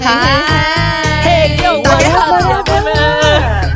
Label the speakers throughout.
Speaker 1: 嗨，
Speaker 2: 嘿呦，
Speaker 1: 大家好
Speaker 2: 我的们，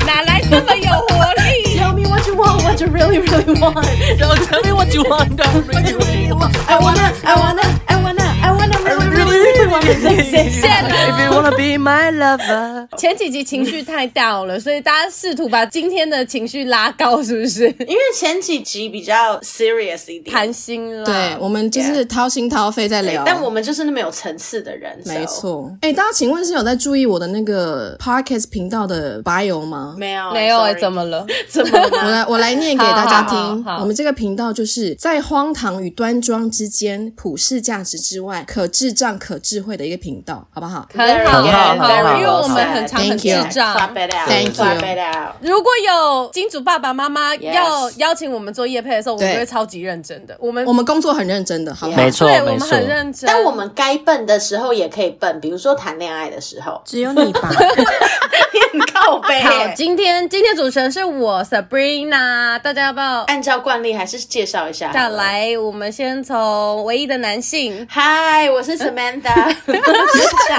Speaker 2: 哪来这么有活力
Speaker 3: Tell me what you want, what you really, really want.
Speaker 2: So tell me what you want, don't you really want.
Speaker 3: I wanna, I wanna, I wanna, I wanna really, really, really want to say say.
Speaker 2: 谢了。
Speaker 1: If you wanna be my lover，
Speaker 2: 前几集情绪太 down 了，所以大家试图把今天的情绪拉高，是不是？
Speaker 3: 因为前几集比较 serious 一点，
Speaker 2: 谈心了。
Speaker 1: 对我们就是掏心掏肺在聊。
Speaker 3: 但我们就是那么有层次的人，
Speaker 1: 没
Speaker 3: so
Speaker 1: 错。哎、大家请问是有在注意我的那个 podcast 频道的 bio 吗？
Speaker 3: 没有
Speaker 2: 没有哎、
Speaker 3: 哎，
Speaker 2: 怎么了？
Speaker 3: 怎 么
Speaker 1: 我
Speaker 3: 了？
Speaker 1: 来，我来念给大家听。
Speaker 2: 好好好好
Speaker 1: 我们这个频道就是在荒唐与端庄之间，普世价值之外，可智障、可智慧的一个频道，好不好？
Speaker 2: 很好，很
Speaker 3: Very good,
Speaker 2: 好，
Speaker 3: very
Speaker 2: 因为我们
Speaker 3: well
Speaker 2: 很常很
Speaker 1: Thank you
Speaker 2: 智障啊
Speaker 3: Clap。it out.
Speaker 1: Thank you.
Speaker 3: Clap it out.
Speaker 2: 如果有金主爸爸妈妈
Speaker 3: Yes
Speaker 2: 要邀请我们做夜配的时候，我们
Speaker 1: 对
Speaker 2: 都会超级认真的。我们
Speaker 1: 我们工作很认真的，好不好
Speaker 4: 没？错
Speaker 2: 对，我
Speaker 4: 没
Speaker 2: 们
Speaker 4: 错
Speaker 2: 很。认真。
Speaker 3: 但我们该笨的时候也可以笨，比如说谈恋爱的时 候，
Speaker 5: 只有你吧？
Speaker 3: 你很靠背
Speaker 2: 好，
Speaker 3: 耶。
Speaker 2: 今天今天主持人是我 Sabrina，大家要不要？
Speaker 3: 按照惯例还是介绍一下。
Speaker 2: 下。来，我们先从唯一的男性。
Speaker 3: 嗨，我是 Samantha。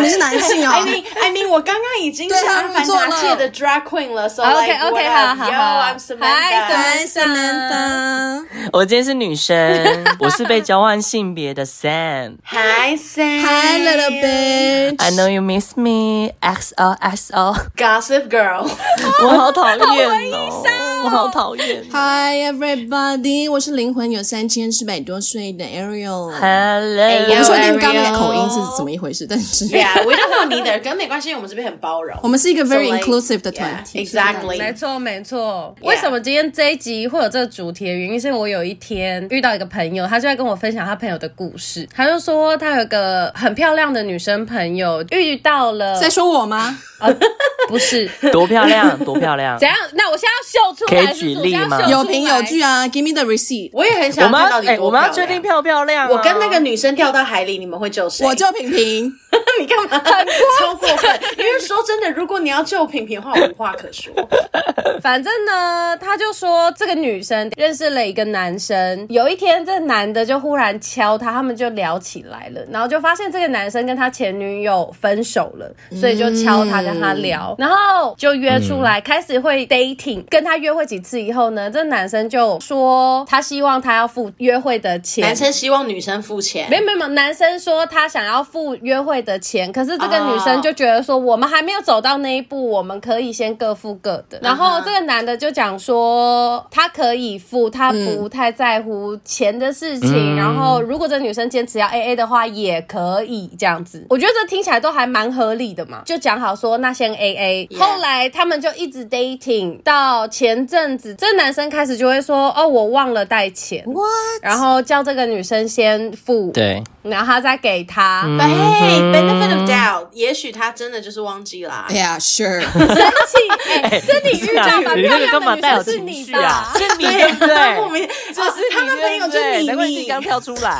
Speaker 1: 你是男性哦
Speaker 3: I mean, I mean，我刚刚已经是
Speaker 1: 对他
Speaker 3: 阿
Speaker 1: 入
Speaker 3: 凡
Speaker 1: 座
Speaker 3: 达
Speaker 1: 了
Speaker 3: 界的 drag queen 了，so
Speaker 2: OK，
Speaker 3: like,
Speaker 2: OK，
Speaker 3: what
Speaker 2: 好
Speaker 3: up?
Speaker 2: 好
Speaker 3: Yo,
Speaker 2: 好
Speaker 3: I'm
Speaker 2: Hi，Samantha
Speaker 3: Samantha。
Speaker 1: Samantha，
Speaker 4: 我今天是女生，我是被交换性别的 Sam。
Speaker 3: Hi Sam。
Speaker 1: Hi little bitch。
Speaker 4: I know you miss me, XOXO。
Speaker 3: Gossip Girl。
Speaker 4: 我好讨厌哦，我好讨厌。
Speaker 1: Hi everybody，我是灵魂有三千四百多岁的
Speaker 4: Hello，
Speaker 1: Ariel。我
Speaker 3: 哎
Speaker 1: 不
Speaker 3: 呦
Speaker 1: 确定刚刚的口音是怎么一回事，但是
Speaker 3: Yeah，we don't know neither。跟没关系，因为我们这边很包容。
Speaker 1: 我们是一个
Speaker 3: So,
Speaker 1: very
Speaker 3: like,
Speaker 1: inclusive 的团体。
Speaker 3: yeah, exactly。
Speaker 2: 没错，没错。为什么今天这一集会有这个主题的原因，是因为我有一天遇到一个朋友，他就在跟我分享他朋友的故事。他就说他有一个很漂亮的女生朋友，遇到了
Speaker 1: 在说我吗？
Speaker 2: 不是
Speaker 4: 多漂亮，多漂亮
Speaker 2: 怎！样？那我现在要秀出来，
Speaker 4: 可以举
Speaker 2: 是不是
Speaker 4: 例吗
Speaker 2: 我现在要秀
Speaker 1: 有
Speaker 2: 出来
Speaker 1: 凭有据啊，Give me the receipt。
Speaker 3: 我也很
Speaker 4: 我
Speaker 3: 想
Speaker 4: 们
Speaker 3: 看
Speaker 4: 要
Speaker 3: 到
Speaker 4: 哎、
Speaker 3: 底多
Speaker 4: 我们要
Speaker 3: 漂
Speaker 4: 确
Speaker 3: 亮
Speaker 4: 定。漂不漂亮、啊？
Speaker 3: 我跟那个女生掉到海里，你们会救谁？
Speaker 1: 我救平平，
Speaker 3: 你干嘛？超过分！因为说真的，如果你要救平平的话，我无话可 说。
Speaker 2: 反正呢，他就说这个女生认识了一个男生，有一天这男的就忽然敲她，他们就聊起来了，然后就发现这个男生跟他前女友分手了，所以就敲他跟他聊，然后就约出来，开始会 dating，跟他约会几次以后呢，这男生就说他希望他要付约会的钱，
Speaker 3: 男生希望女生付钱，
Speaker 2: 没有没有，没有男生说他想要付约会的钱，可是这个女生就觉得说我们还没有走到那一步，我们可以先各付各的。然后这个男的就讲说他可以付，他不太在乎钱的事情。
Speaker 4: 嗯
Speaker 2: 然后如果这女生坚持要 A A 的话，也可以这样子。我觉得这听起来都还蛮合理的嘛，就讲好说那先 A A。
Speaker 3: Yeah
Speaker 2: 后来他们就一直 dating 到前阵子，这男生开始就会说哦，我忘了带钱。
Speaker 1: 哇！
Speaker 2: 然后叫这个女生先付，
Speaker 4: 对，
Speaker 2: 然后他再给她。
Speaker 4: 嗯
Speaker 3: But hey,
Speaker 1: Mm-hmm
Speaker 3: benefit of doubt，也许他真的就是忘记啦。
Speaker 1: 哎呀，Sure，
Speaker 2: 生 气，哎、是你遇到吧？
Speaker 4: 啊你
Speaker 2: 漂
Speaker 4: 那个
Speaker 2: 亮
Speaker 4: 干嘛
Speaker 2: 的女
Speaker 4: 带有
Speaker 2: 生是
Speaker 4: 情
Speaker 2: 你
Speaker 4: 绪啊
Speaker 2: 吧？？
Speaker 4: 是你对不
Speaker 3: 莫
Speaker 4: 对？
Speaker 3: 名，就
Speaker 4: 就是你
Speaker 3: 他们朋
Speaker 4: 对
Speaker 3: 友
Speaker 4: 不
Speaker 3: 就
Speaker 4: 对
Speaker 3: 你
Speaker 4: 难怪自己
Speaker 3: 你。
Speaker 4: 刚跳出来。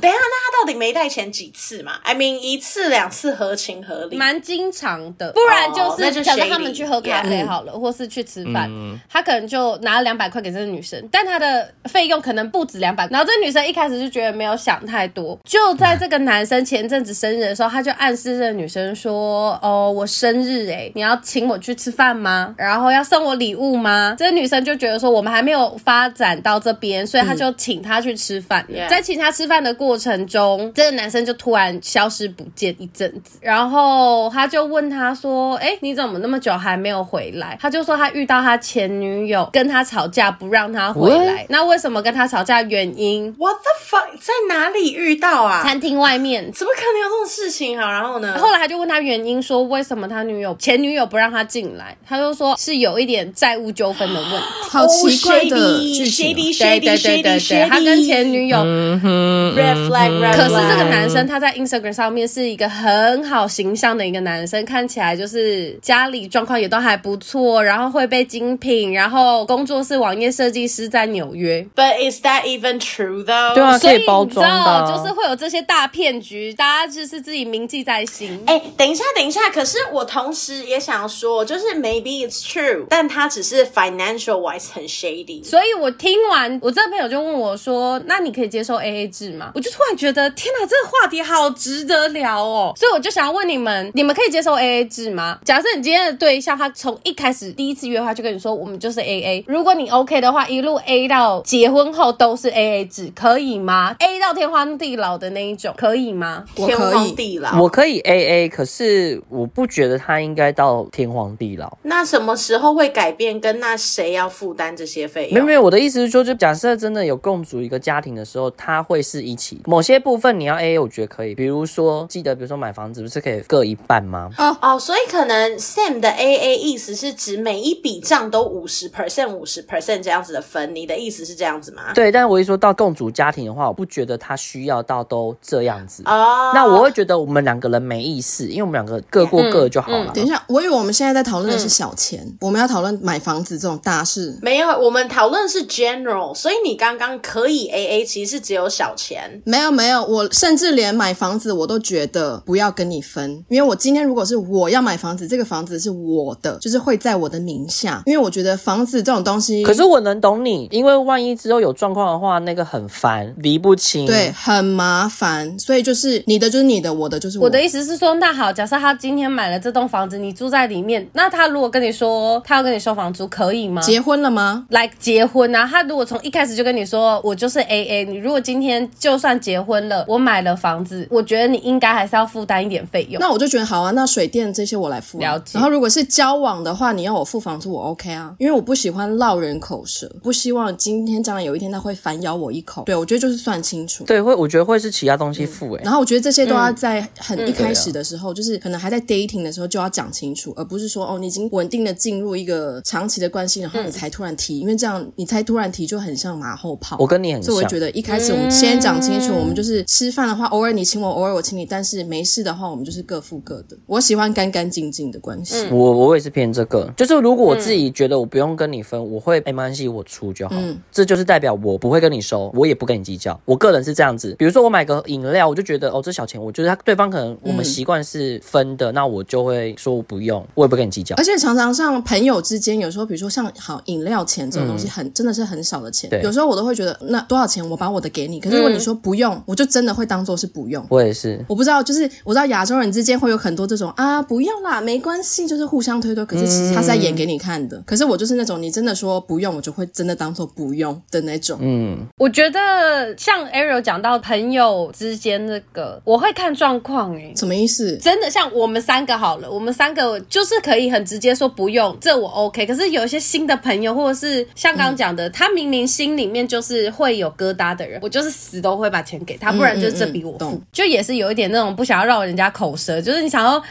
Speaker 3: 等一下，那他到底没带钱几次嘛？I mean，一次两次合情合理。
Speaker 2: 蛮经常的，不然就
Speaker 3: 哦那就是
Speaker 2: 可能
Speaker 3: shady，
Speaker 2: 他们去喝咖啡好
Speaker 3: 嗯
Speaker 2: 了，或是去吃饭，他可能就拿了两百块给这个女生，但他的费用可能不止两百。然后这女生一开始就觉得没有想太多，就在这个男生前阵子生日的时候，他就暗示这个女生说：“哦，我生日哎、你要请我去吃饭吗？然后要送我礼物吗？”这个女生就觉得说我们还没有发展到这边，所以他就请她去吃饭。
Speaker 3: 嗯 Yeah
Speaker 2: 在请他吃饭的过程中，这个男生就突然消失不见一阵子，然后他就问他说：“哎、你怎么那么久还没有回来？”他就说他遇到他前女友跟他吵架，不让他回来。那为什么跟他吵架？原因
Speaker 3: What the fuck，在哪里遇到啊？
Speaker 2: 餐厅外面。
Speaker 3: 怎么可能有这种事情啊？然后 呢？
Speaker 2: 后来他就问他原因，说为什么他女友前女友不让他进来？他就说是有一点债务纠纷的问题。
Speaker 1: 好奇怪的
Speaker 3: shady,
Speaker 1: 剧情哦。
Speaker 3: Oh,
Speaker 2: 啊对
Speaker 3: shady, shady,
Speaker 2: 对对
Speaker 3: shady,
Speaker 2: 对
Speaker 3: shady
Speaker 2: 对，他跟前女友
Speaker 4: 嗯哼，
Speaker 3: red flag, red flag。
Speaker 2: 可是这个男生他在 Instagram 上面是一个很好形象的一个男生，看起来就是家里状况也都还不错，然后会被精品，然后工作是网页设计师在纽约。
Speaker 3: But is that even true though？
Speaker 4: 对啊，
Speaker 2: 所
Speaker 4: 可
Speaker 2: 以
Speaker 4: 以包
Speaker 2: 你知
Speaker 4: 装的啊、
Speaker 2: 道，就是会有这些大骗局，大家就是自己铭记在心。
Speaker 3: 哎、等一下，等一下！可是我同时也想说，就是 maybe it's true，但他只是 financial wise 很 shady。
Speaker 2: 所以我听完，我这个朋友就问我说：“那你可以接受 A A 制嘛，我就突然觉得，天哪，这个话题好值得聊哦。所以我就想要问你们，你们可以接受 A A 制吗？假设你今天的对象他从一开始第一次约会他就跟你说我们就是 A A，如果你 O、k 的话，一路 A 到结婚后都是 A A 制，可以吗？A 到天荒地老的那一种，可以吗？
Speaker 1: 我
Speaker 3: 天
Speaker 1: 可
Speaker 3: 荒
Speaker 1: 以，
Speaker 3: 地老。
Speaker 4: 我可以 A A，可是我不觉得他应该到天荒地老。
Speaker 3: 那什么时候会改变？跟那谁要负担这些费
Speaker 4: 没有
Speaker 3: 用？
Speaker 4: 没有，我的意思是说，就假设真的有共组一个家庭的时候，他会是一起某些部分你要 A A，我觉得可以。比如说，记得比如说买房子不是可以各一半吗？
Speaker 3: 哦，所以可能 Sam 的 A A 意思是指每一笔账都五十 percent、五十 percent 这样子的分，你的意思是这样子吗？
Speaker 4: 对，但我一说到共组家庭的话，我不觉得他需要到都这样子。
Speaker 3: 哦，
Speaker 4: 那我会觉得我们两个人没意思，因为我们两个各过各就好了。
Speaker 1: 等一下，我以为我们现在在讨论的
Speaker 3: 嗯
Speaker 1: 是小钱，我们要讨论买房子这种大事。
Speaker 3: 没有，我们讨论是 general，所以你刚刚可以 A A，其实是只有小钱。
Speaker 1: 没有没有，我甚至连买房子我都觉得不要跟你分，因为我今天如果是我要买房子，这个房子是我的，就是会在我的名下，因为我觉得房子这种东西，
Speaker 4: 可是我能懂你，因为万一之后有状况的话，那个很烦，理不清。
Speaker 1: 对，很麻烦，所以就是你的就是你的，我的就是
Speaker 2: 我的
Speaker 1: 的
Speaker 2: 意思是说，那好，假设他今天买了这栋房子，你住在里面，那他如果跟你说他要跟你收房租，可以吗？
Speaker 1: 结婚了吗？
Speaker 2: 来结婚啊，他如果从一开始就跟你说我就是 A A，你如果今天就算结婚了，我买了房子，我觉得你应该还是要负担一点费用。
Speaker 1: 那我就觉得好啊，那水电这些我来付啊、
Speaker 2: 了解
Speaker 1: 然后如果是交往的话，你要我付房租，我 OK 啊，因为我不喜欢落人口舌，不希望今天将来有一天他会反咬我一口。对我觉得就是算清楚。
Speaker 4: 对，会我觉得会是其他东西付哎、欸
Speaker 1: 然后我觉得这些都要在很
Speaker 2: 嗯
Speaker 1: 一开始的时候，就是可能还在 dating 的时候就要讲清楚，而不是说哦你已经稳定的进入一个长期的关系，然
Speaker 2: 嗯
Speaker 1: 后你才突然提，因为这样你才突然提就很像马后炮。
Speaker 4: 我跟你很
Speaker 1: 所以我
Speaker 4: 像。
Speaker 1: 觉得一开始我们先讲清楚，我们就是吃饭的话，偶尔你请我，偶尔我请你，但是没事的话，我们就是各付各的。我喜欢干干净净的关系。
Speaker 4: 我我也是偏这个，就是如果我
Speaker 1: 嗯
Speaker 4: 自己觉得我不用跟你分，我会没关系，我出就好。
Speaker 1: 嗯
Speaker 4: 这就是代表我不会跟你收，我也不跟你计较。我个人是这样子，比如说我买个饮料，我就觉得哦这小钱，我觉得他对方可能
Speaker 1: 嗯
Speaker 4: 我们习惯是分的，那我就会说我不用，我也不跟你计较
Speaker 1: 而。且常常像朋友之间，有时候比如说像好饮料钱这种东西很，真的是很少的钱
Speaker 4: 嗯对。
Speaker 1: 有时候我都会觉得，那多少钱我把我的给你，可是如果你说不用，我就真的会当做是不用。
Speaker 4: 我也是，
Speaker 1: 我不知道，就是我知道亚洲人之间会有很多这种啊，不用啦，没关系，就是互相推脱。可是其实他是在演给你看
Speaker 4: 嗯
Speaker 1: 的。可是我就是那种你真的说不用，我就会真的当做不用的那种。
Speaker 4: 嗯，
Speaker 2: 我觉得像 Ariel 讲到朋友之间这个，我会看状况欸诶、
Speaker 1: 什么意思？
Speaker 2: 真的像我们三个好了，我们三个就是可以很直接说不用，这我 OK。可是有一些新的朋友，或者是像刚刚讲的，他明明心里面就是会有疙瘩的人，我就是死都会把钱给他，不然就是这笔我付。
Speaker 1: 嗯嗯懂
Speaker 2: 就也是有一点那种不想要让人家口舌，就是你想要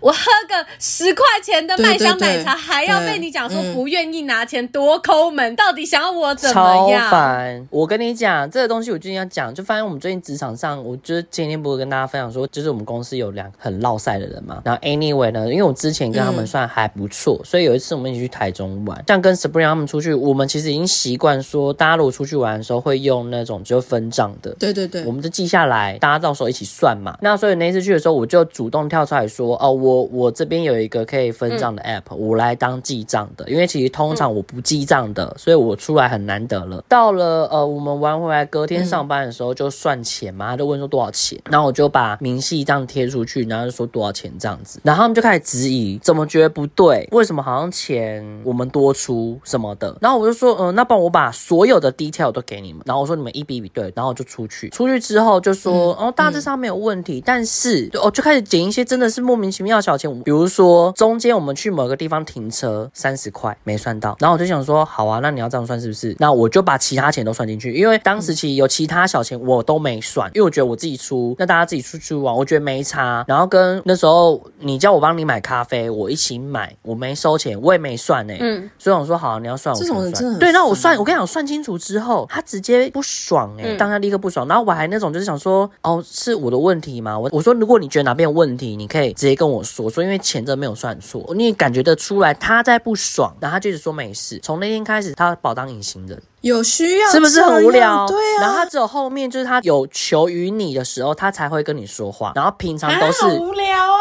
Speaker 2: 我喝个十块钱的麦香奶茶，
Speaker 1: 对对对
Speaker 2: 还要被你讲说
Speaker 4: 嗯
Speaker 2: 不愿意拿钱，多抠门，到底想要我怎
Speaker 4: 超
Speaker 2: 么样？
Speaker 4: 烦。我跟你讲，这个东西我最近要讲，就发现我们最近职场上，我就是前天不是跟大家分享说，就是我们公司有两个很落赛的人嘛。然后 anyway 呢，因为我之前跟他们算还不错，所以有一次我们一起去台中玩，像跟 Spring 他们出去，我们其实已经习惯说，大家如果出去玩的时候会用那种就分账的，
Speaker 1: 对对对
Speaker 4: 我，们就记下来，大家到时候一起算嘛。那所以那一次去的时候，我就主动跳出来说，哦，我我这边有一个可以分账的 app，、我来当记账的，因为其实通常我不记账的，所以我出来很难得了。到了呃，我们玩回来隔天上班的时候就算钱嘛，他就问说多少钱，然后我就把明细这样贴出去，然后就说多少钱这样子，然后他们就开始质疑，怎么觉得不对？为什么好像钱我们多出什么的？然后我就说，嗯、那帮我把所有的 detail 都给你们，然后我说你们一笔一笔对，然后我就出去，出去之后就说，
Speaker 1: 嗯
Speaker 4: 哦，大致上没有问题，但是就哦就开始捡一些真的是莫名其妙的小钱，比如说中间我们去某个地方停车三十块没算到，然后我就想说，好啊，那你要这样算是不是？那我就把其他钱都算进去，因为当时
Speaker 1: 嗯
Speaker 4: 其实有其他小钱我都没算，因为我觉得我自己出，那大家自己出去玩，我觉得没差。然后跟那时候你叫我帮你买咖啡，我一起买，我没收钱，我也没算呢、嗯，所以我说好、啊，你要算我
Speaker 1: 这种
Speaker 4: 才
Speaker 1: 人
Speaker 4: 算
Speaker 1: 真的很
Speaker 4: 对，哦那我
Speaker 1: 烦
Speaker 4: 算，我跟你讲，我算清楚之后，他直接不爽哎、
Speaker 1: 嗯
Speaker 4: 当下立刻不爽。然后我还那种就是想说，哦，是我的问题吗？我我说如果你觉得哪边有问题，你可以直接跟我说，说因为钱真的没有算错，你也感觉得出来他在不爽，然后他就一直说没事。从那天开始，他把我当隐形人。
Speaker 1: 有需要
Speaker 4: 是不是很无聊？
Speaker 1: 这样对
Speaker 4: 然后他
Speaker 1: 啊，
Speaker 4: 只有后面就是他有求于你的时候，他才会跟你说话。然后平常都是、
Speaker 3: 啊、好无聊哦。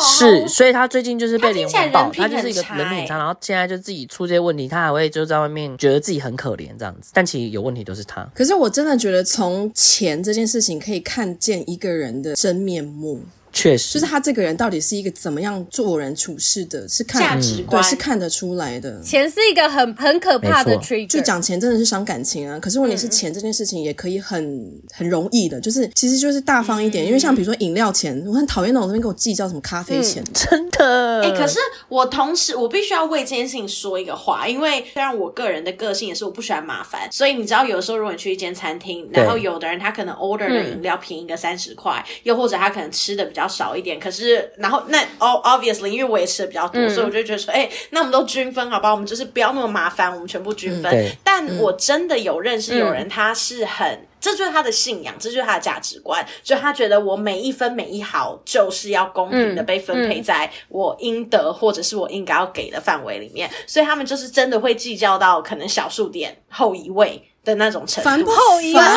Speaker 4: 是，所以他最近就是被联
Speaker 3: 他听
Speaker 4: 网
Speaker 3: 起
Speaker 4: 爆
Speaker 3: 来
Speaker 4: 他
Speaker 3: 人，品
Speaker 4: 就是一个
Speaker 3: 很差
Speaker 4: 人品很差，
Speaker 3: 欸
Speaker 4: 然后现在就自己出这些问题，他还会就在外面觉得自己很可怜这样子，但其实有问题都是他。
Speaker 1: 可是我真的觉得从钱这件事情可以看见一个人的真面目，
Speaker 4: 确
Speaker 1: 就
Speaker 4: 实
Speaker 1: 是，他这个人到底是一个怎么样做人处事的，是看
Speaker 3: 价值观
Speaker 1: 对，是看得出来的。
Speaker 2: 钱是一个很很可怕的
Speaker 4: 没错
Speaker 2: trigger，
Speaker 1: 就讲钱真的是伤感情啊，可是
Speaker 4: 嗯
Speaker 1: 问题是钱这件事情也可以很很容易的，就是其实就是大方一
Speaker 4: 嗯
Speaker 1: 点，因为像比如说饮料钱，我很讨厌那种那边给我计较什么咖啡钱，
Speaker 4: 真的。
Speaker 3: 哎、可是我同时我必须要为这件事情说一个话，因为虽然我个人的个性也是我不喜欢麻烦，所以你知道，有时候如果你去一间餐厅，
Speaker 4: 对
Speaker 3: 然后有的人他可能 order 的饮料便宜个三十块，又或者他可能吃的比较少一点，可是然后那 o obviously 因为我也吃的比较多，所以我就觉得说，哎、那我们都均分好吧，我们就是不要那么麻烦，我们全部均
Speaker 4: 嗯
Speaker 3: 分。
Speaker 4: 对
Speaker 3: 但我真的有认识有人，他是很。这就是他的信仰，这就是他的价值观，就他觉得我每一分每一毫就是要公平的被分配在我应得或者是我应该要给的范围里面，所以他们就是真的会计较到可能小数点后一位的那种程度。
Speaker 1: 烦不
Speaker 2: 烦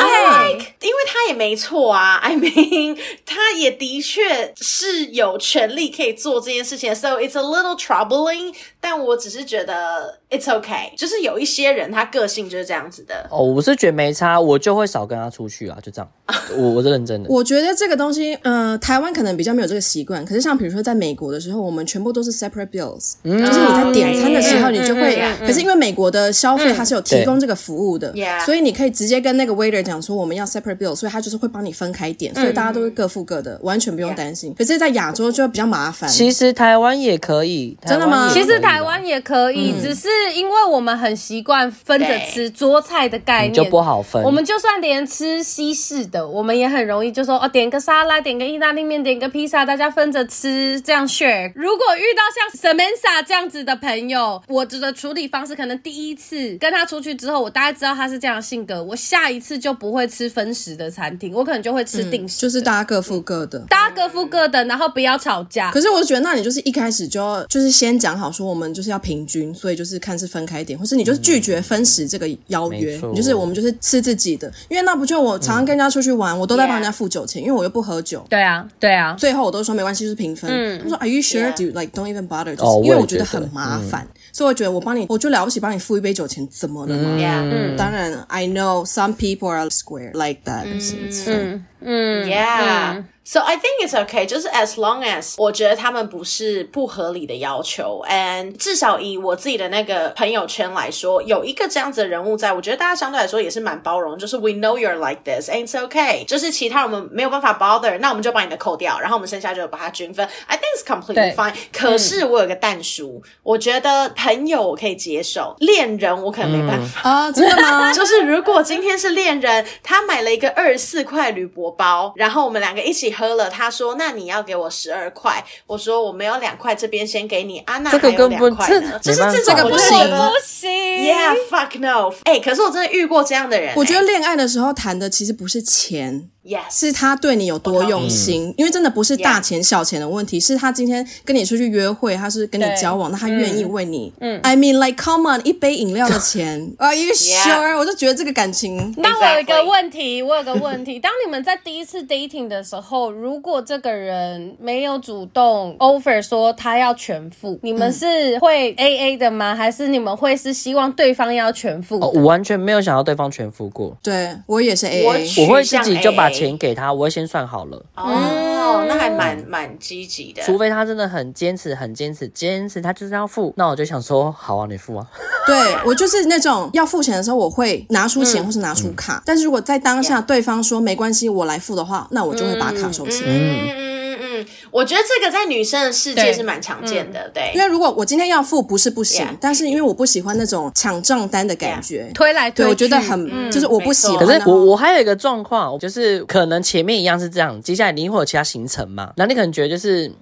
Speaker 1: 烦？啊
Speaker 3: 因为他也没错啊，I mean，他也的确是有权利可以做这件事情，so it's a little troubling。但我只是觉得 it's okay，就是有一些人他个性就是这样子的。
Speaker 4: 哦，我是觉得没差，我就会少跟他出去啊，就这 样。我我是认真的。
Speaker 1: 我觉得这个东西，呃，台湾可能比较没有这个习惯。可是像比如说在美国的时候，我们全部都是 separate bills，、就是
Speaker 4: 嗯
Speaker 1: 你在点餐的时候，
Speaker 3: 嗯
Speaker 1: 你就会。
Speaker 3: 嗯
Speaker 1: 可是因为美国的消费它是有提供这个服务的，
Speaker 3: 对 Yeah
Speaker 1: 所以你可以直接跟那个 waiter 讲说我们要 separate bill，所以他就是会帮你分开点，
Speaker 3: 嗯
Speaker 1: 所以大家都是各付各的，完全不用担心。可是，在亚洲就比较麻烦。
Speaker 4: 其实台湾也可以，
Speaker 1: 真的
Speaker 4: 台
Speaker 1: 吗
Speaker 4: 湾也可以
Speaker 1: 对
Speaker 2: 其
Speaker 4: 啊
Speaker 2: 实台湾也可以，
Speaker 1: 嗯
Speaker 2: 只是因为我们很习惯分着吃桌菜的概
Speaker 4: 你就
Speaker 2: 念。
Speaker 4: 不好分。
Speaker 2: 我们就算连吃西式的，我们也很容易就说哦，点个沙拉，点个意大利面，点个披萨，大家分着吃，这样 share。如果遇到像 Samantha 这样子的朋友，我的处理方式可能第一次跟他出去之后，我大概知道他是这样的性格，我下一次就不会吃分食的餐厅，我可能就会吃定时的、
Speaker 1: 嗯就是大家各付各的。
Speaker 2: 大家各付各的，然后不要吵架。
Speaker 1: 可是我觉得，那你就是一开始就要，就是先讲好说我们就是要平均，所以就是看是分开一点，或是你就是拒绝分食这个邀
Speaker 4: 嗯没
Speaker 1: 约，
Speaker 4: 错嗯
Speaker 1: 你就是我们就是吃自己的，因为那不就我常常跟人家出去玩，我都在帮人家付酒钱，因为我又不喝酒。
Speaker 2: 对啊，对啊，
Speaker 1: 最后我都说没关系，就是平分。他说 Are you sure?
Speaker 3: Yeah.
Speaker 1: Do like don't even bother？就
Speaker 4: 哦
Speaker 1: 是因为
Speaker 4: 我也
Speaker 1: 觉
Speaker 4: 觉得
Speaker 1: 得
Speaker 4: 嗯
Speaker 1: 很麻烦，所以我觉得我帮你，我就了不起帮你付一杯酒钱，怎么了嘛？
Speaker 4: 嗯
Speaker 3: Yeah，
Speaker 1: 当然，I know some people are square like that. It's fine.
Speaker 3: Yeah.、So I think it's okay，就是 as long as 我觉得他们不是不合理的要求，and 至少以我自己的那个朋友圈来说，有一个这样子的人物在，我觉得大家相对来说也是蛮包容，就是 we know you're like this，and it's okay。就是其他我们没有办法 bother，那我们就把你的扣掉，然后我们剩下就把它均分。I think it's completely
Speaker 2: 对
Speaker 3: fine。可是我有个淡叔，我觉得朋友我可以接受，恋人我可能没办法。
Speaker 1: 啊，真的 吗？
Speaker 3: 就是如果今天是恋人，他买了一个二十四块铝箔包，然后我们两个一起喝了，他说：“那你要给我十二块。”我说：“我没有两块，这边先给你。”啊，那
Speaker 4: 这个
Speaker 3: 还有
Speaker 4: 根本
Speaker 3: 两块呢，
Speaker 4: 这
Speaker 3: 就是
Speaker 4: 没办法
Speaker 3: 这种
Speaker 1: 这个
Speaker 3: 我
Speaker 1: 不
Speaker 3: 就
Speaker 1: 行
Speaker 3: 觉
Speaker 2: 不
Speaker 3: 得
Speaker 2: 行。
Speaker 3: Yeah, fuck no！哎、可是我真的遇过这样的人、欸
Speaker 1: 我觉得恋爱的时候谈的其实不是钱，
Speaker 3: 哎 yes
Speaker 1: 是他对你有多用
Speaker 3: 嗯
Speaker 1: 心，因为真的不是大钱小钱的问题，是他今天跟你出去约会，他是跟你交
Speaker 3: 嗯
Speaker 1: 往，那他愿意为你。嗯，I mean like come on，一杯饮料的 钱，Are you
Speaker 3: Yeah
Speaker 1: sure？我就觉得这个感情
Speaker 2: 那我有一个
Speaker 3: Exactly
Speaker 2: 问题，我有个问题， 当你们在第一次 dating 的时候，如果这个人没有主动 offer 说他要全付，你们
Speaker 4: 嗯
Speaker 2: 是会 A A 的吗？还是你们会是希望对方要全付？
Speaker 4: 哦，我完全没有想到对方全付过，
Speaker 1: 对我也是 A
Speaker 3: 我
Speaker 1: A。
Speaker 4: 我会自
Speaker 3: 取向
Speaker 4: 己就把
Speaker 3: AA
Speaker 4: 钱给他，我会先算好了。
Speaker 3: 哦，那还蛮蛮积极的。
Speaker 4: 嗯除非他真的很坚持，很坚持，坚持他就是要付，那我就想说，好啊，你付啊。
Speaker 1: 对我就是那种要付钱的时候，我会拿出
Speaker 3: 嗯
Speaker 1: 钱或是拿出卡，但是如果在当下对方说没关系，我来付的话，那我就会把卡收起来。
Speaker 3: 嗯嗯嗯嗯，我觉得这个在女生的世界
Speaker 2: 对
Speaker 3: 是蛮常见的，对。
Speaker 1: 因为如果我今天要付，不是不行
Speaker 3: Yeah
Speaker 1: 但是因为我不喜欢那种抢账单的感觉。
Speaker 2: 推来推
Speaker 1: 对，
Speaker 2: 去，嗯
Speaker 1: 我觉得很，就是我不喜欢。
Speaker 3: 嗯没
Speaker 4: 可
Speaker 3: 错
Speaker 4: 是
Speaker 1: 然后
Speaker 4: 我我还有一个状况，就是可能前面一样是这样，接下来你会有其他行程嘛？那你可能觉得就是。嘖嗯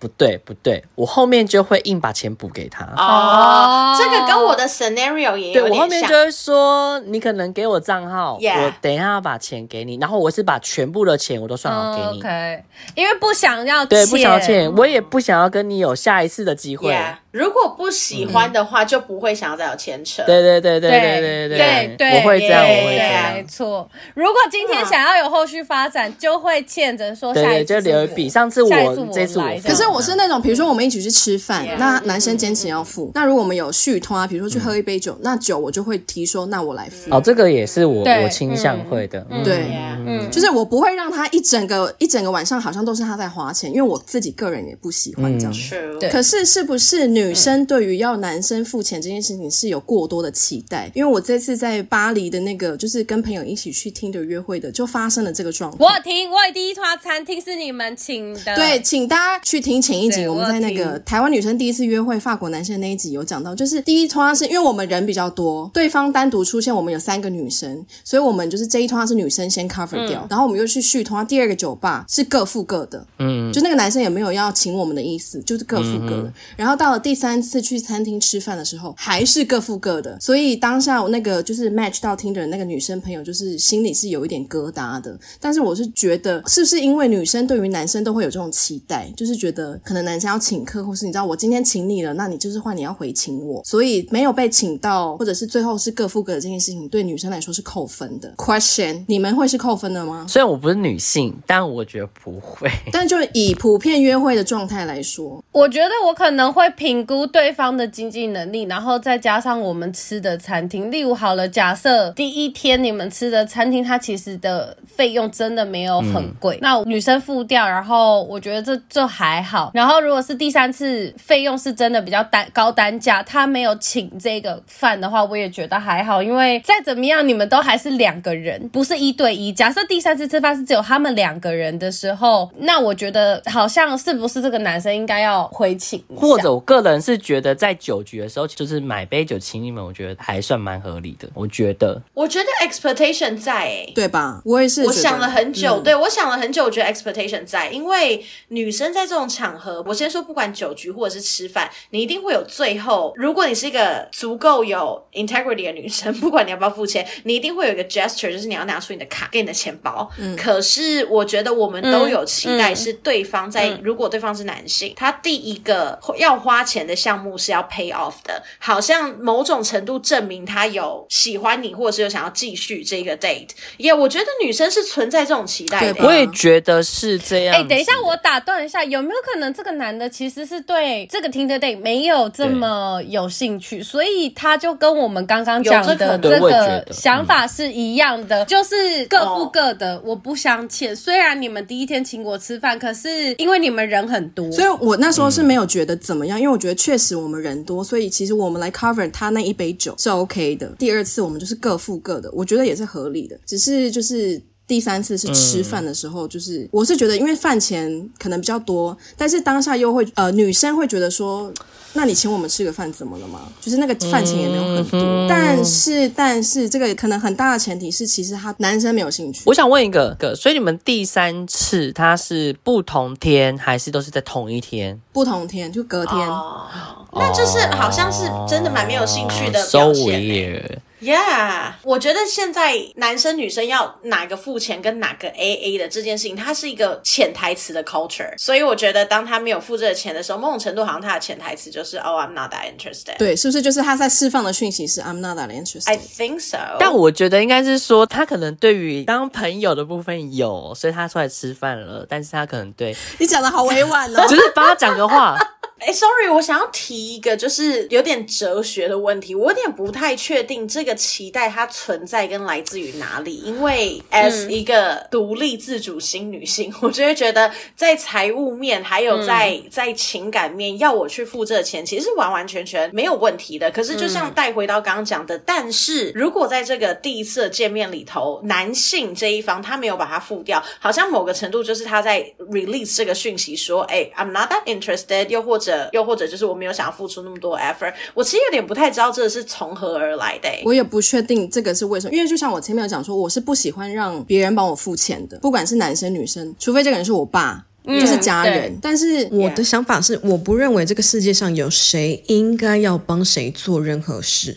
Speaker 4: 不对，不对，我后面就会硬把钱补给他。
Speaker 3: 哦
Speaker 2: 哦，
Speaker 3: 这个跟我的 scenario 也
Speaker 4: 对
Speaker 3: 有
Speaker 4: 我后
Speaker 3: 点
Speaker 4: 面
Speaker 3: 像
Speaker 4: 就。会说，你可能给我账号
Speaker 3: Yeah
Speaker 4: 我等一下把钱给你，然后我是把全部的钱我都算好
Speaker 3: 哦
Speaker 4: 给你。
Speaker 2: 哦 OK，因为不想要
Speaker 4: 对，不想要欠，我也不想要跟你有下一次的机会。
Speaker 3: Yeah 如果不喜欢的话，就不会想要再有牵扯。
Speaker 4: 对对对对对
Speaker 2: 对
Speaker 4: 对，我会这样，
Speaker 2: 对
Speaker 4: 我会
Speaker 2: 没
Speaker 4: 这
Speaker 3: 啊
Speaker 4: 样。嗯
Speaker 2: 错。如果今天想要有后续发展，就会欠着说下
Speaker 4: 对对，
Speaker 2: 一次
Speaker 4: 就是留一笔。上次
Speaker 2: 下一次
Speaker 4: 我
Speaker 2: 我，
Speaker 4: 这次我
Speaker 2: 来这
Speaker 1: 可
Speaker 2: 样
Speaker 1: 是我是那种，比如说我们一起去吃饭
Speaker 3: Yeah，
Speaker 1: 那男生坚持要付。那如果我们有续通啊，比如说去喝一杯酒，那酒我就会提说，那我来付。
Speaker 4: 哦，这个也是我
Speaker 2: 对
Speaker 4: 我倾向会的，嗯
Speaker 1: 对，
Speaker 3: Yeah
Speaker 1: 就是我不会让他一整个一整个晚上好像都是他在花钱，因为我自己个人也不喜欢这样子。
Speaker 3: ，true，
Speaker 2: 对
Speaker 1: 可是，是不是女生对于要男生付钱这件事情是有过多的期待？因为我这次在巴黎的那个，就是跟朋友一起去听的约会的，就发生了这个状况。
Speaker 2: 我有听，我有第一团餐厅是你们请的，
Speaker 1: 对，请大家去听前一集，
Speaker 2: 对
Speaker 1: 我们在那
Speaker 2: 我有
Speaker 1: 个台湾女生第一次约会法国男生那一集有讲到，就是第一通是因为我们人比较多，对方单独出现，我们有三个女生，所以我们就是这一通是女生先 cover 掉，然后我们又去续通第二个酒吧是各付各的，嗯，就那个男生也没有要请我们的意思，就是各付各的。然后到了第三次去餐厅吃饭的时候，还是各付各的，所以当下我那个就是 match 到听的那个女生朋友，就是心里是有一点疙瘩的，但是我是觉得，是不是因为女生对于男生都会有这种期待，就是觉得可能男生要请客，或是你知道我今天请你了，那你就是换你要回请我，所以没有被请到，或者是最后是各付各的这件事情，对女生来说是扣分的。Question，你们会是扣分的吗？
Speaker 4: 虽然我不是女性，但我觉得不 会。
Speaker 1: 但就以普遍约会的状态来说，
Speaker 2: 我觉得我可能会评估对方的经济能力，然后再加上我们吃的餐厅。例如，好了，假设第一天你们吃的餐厅，它其实的费用真的没有很贵，那女生付掉，然后我觉得这这还好。然后如果是第三次费用是真的比较单高单价，他没有请这个饭的话，我也觉得还好，因为再怎么样你们都还是两个人，不是一对一。假设第三次吃饭是只有他们两个人的时候，那我觉得好像是不是这个男生应该要回请一下
Speaker 4: 或者我个人是觉得，在酒局的时候，就是买杯酒请你们，我觉得还算蛮合理的。我觉得
Speaker 3: 我觉得 expectation 在诶、
Speaker 1: 对吧？我也是，
Speaker 3: 我想了很久，对嗯我想了很久，我觉得 expectation 在，因为女生在这种场合，我先说不管酒局或者是吃饭，你一定会有最后，如果你是一个足够有 integrity 的女生， 不管你要不要付钱，你一定会有一个 gesture，就是你要拿出你的卡给你的钱包。可是我觉得我们都有期待，是对方在、如果对方是男性，他第一个要花钱的项目是要 pay off 的，好像某种程度证明他有喜欢你，或者是有想要继续这个 date。也、我觉得女生是存在这种期待
Speaker 1: 对
Speaker 3: 的欸
Speaker 1: 吧
Speaker 4: 我。也觉得是这样
Speaker 2: 哎、
Speaker 4: 子。
Speaker 2: 等一下，我打断一下，有没有可能这个男的其实是对这个 Tinder Day 没有这么有兴趣，所以他就跟我们刚刚讲
Speaker 3: 有这可
Speaker 2: 的
Speaker 3: 能对
Speaker 2: 这
Speaker 4: 我也觉
Speaker 2: 个
Speaker 4: 得嗯
Speaker 2: 想法是一样的，就是各付
Speaker 3: 哦
Speaker 2: 各的，我不相欠。虽然你们第一天请我吃饭，可是因为你们人很多，
Speaker 1: 所以我那时候是没有觉得怎么样，因为我觉得确实我们人多，所以其实我们来 cover 他那一杯酒是 OK 的。第二次我们就是各付各的，我觉得也是合理的，只是就是。第三次是吃饭的时候，就是我是觉得，因为饭钱可能比较多，但是当下又会呃，女生会觉得说，那你请我们吃个饭怎么了嘛？就是那个饭钱也没有很多，
Speaker 3: 嗯
Speaker 1: 但是但是这个可能很大的前提是，其实他男生没有兴趣。
Speaker 4: 我想问一个，个所以你们第三次他是不同天，还是都是在同一天？
Speaker 1: 不同天就隔天，
Speaker 3: 哦，那就是好像是真的蛮没有兴趣的
Speaker 4: 哦收
Speaker 3: 表
Speaker 4: 尾
Speaker 3: 现、欸
Speaker 4: 耶。
Speaker 3: Yeah，我觉得现在男生女生要哪个付钱跟哪个 AA 的这件事情，它是一个潜台词的 culture，所以我觉得当他没有付这个钱的时候，某种程度好像他的潜台词就是 Oh, I'm not that interested。
Speaker 1: 对，是不是就是他在释放的讯息是 I'm not that interested？
Speaker 3: I think so。
Speaker 4: 但我觉得应该是说，他可能对于当朋友的部分有，所以他出来吃饭了，但是他可能对，
Speaker 1: 你讲的好委婉 哦。
Speaker 4: 只是帮他讲个话。
Speaker 3: 哎、s o r r y 我想要提一个就是有点哲学的问题，我有点不太确定这个期待它存在跟来自于哪里，因为 as
Speaker 4: 嗯
Speaker 3: 一个独立自主型女性， 我就会觉得在财务面还有在、
Speaker 4: 嗯
Speaker 3: 在情感面，要我去付这个钱，其实是完完全全没有问题的。可是就
Speaker 1: 嗯
Speaker 3: 像带回到刚刚讲的，但是如果在这个第一次的见面里头，男性这一方他没有把它付掉，好像某个程度就是他在 release 这个讯息说，哎、i m not that interested，又或者又或者就是我没有想要付出那么多 effort，我其实有点不太知道这是从何而来的、哎
Speaker 1: 我也不确定这个是为什么，因为就像我前面有讲说，我是不喜欢让别人帮我付钱的，不管是男生女生，除非这个人是我爸，就是家人
Speaker 2: 对。
Speaker 1: 但是
Speaker 5: 我的想法是，我不认为这个世界上有谁应该要帮谁做任何事。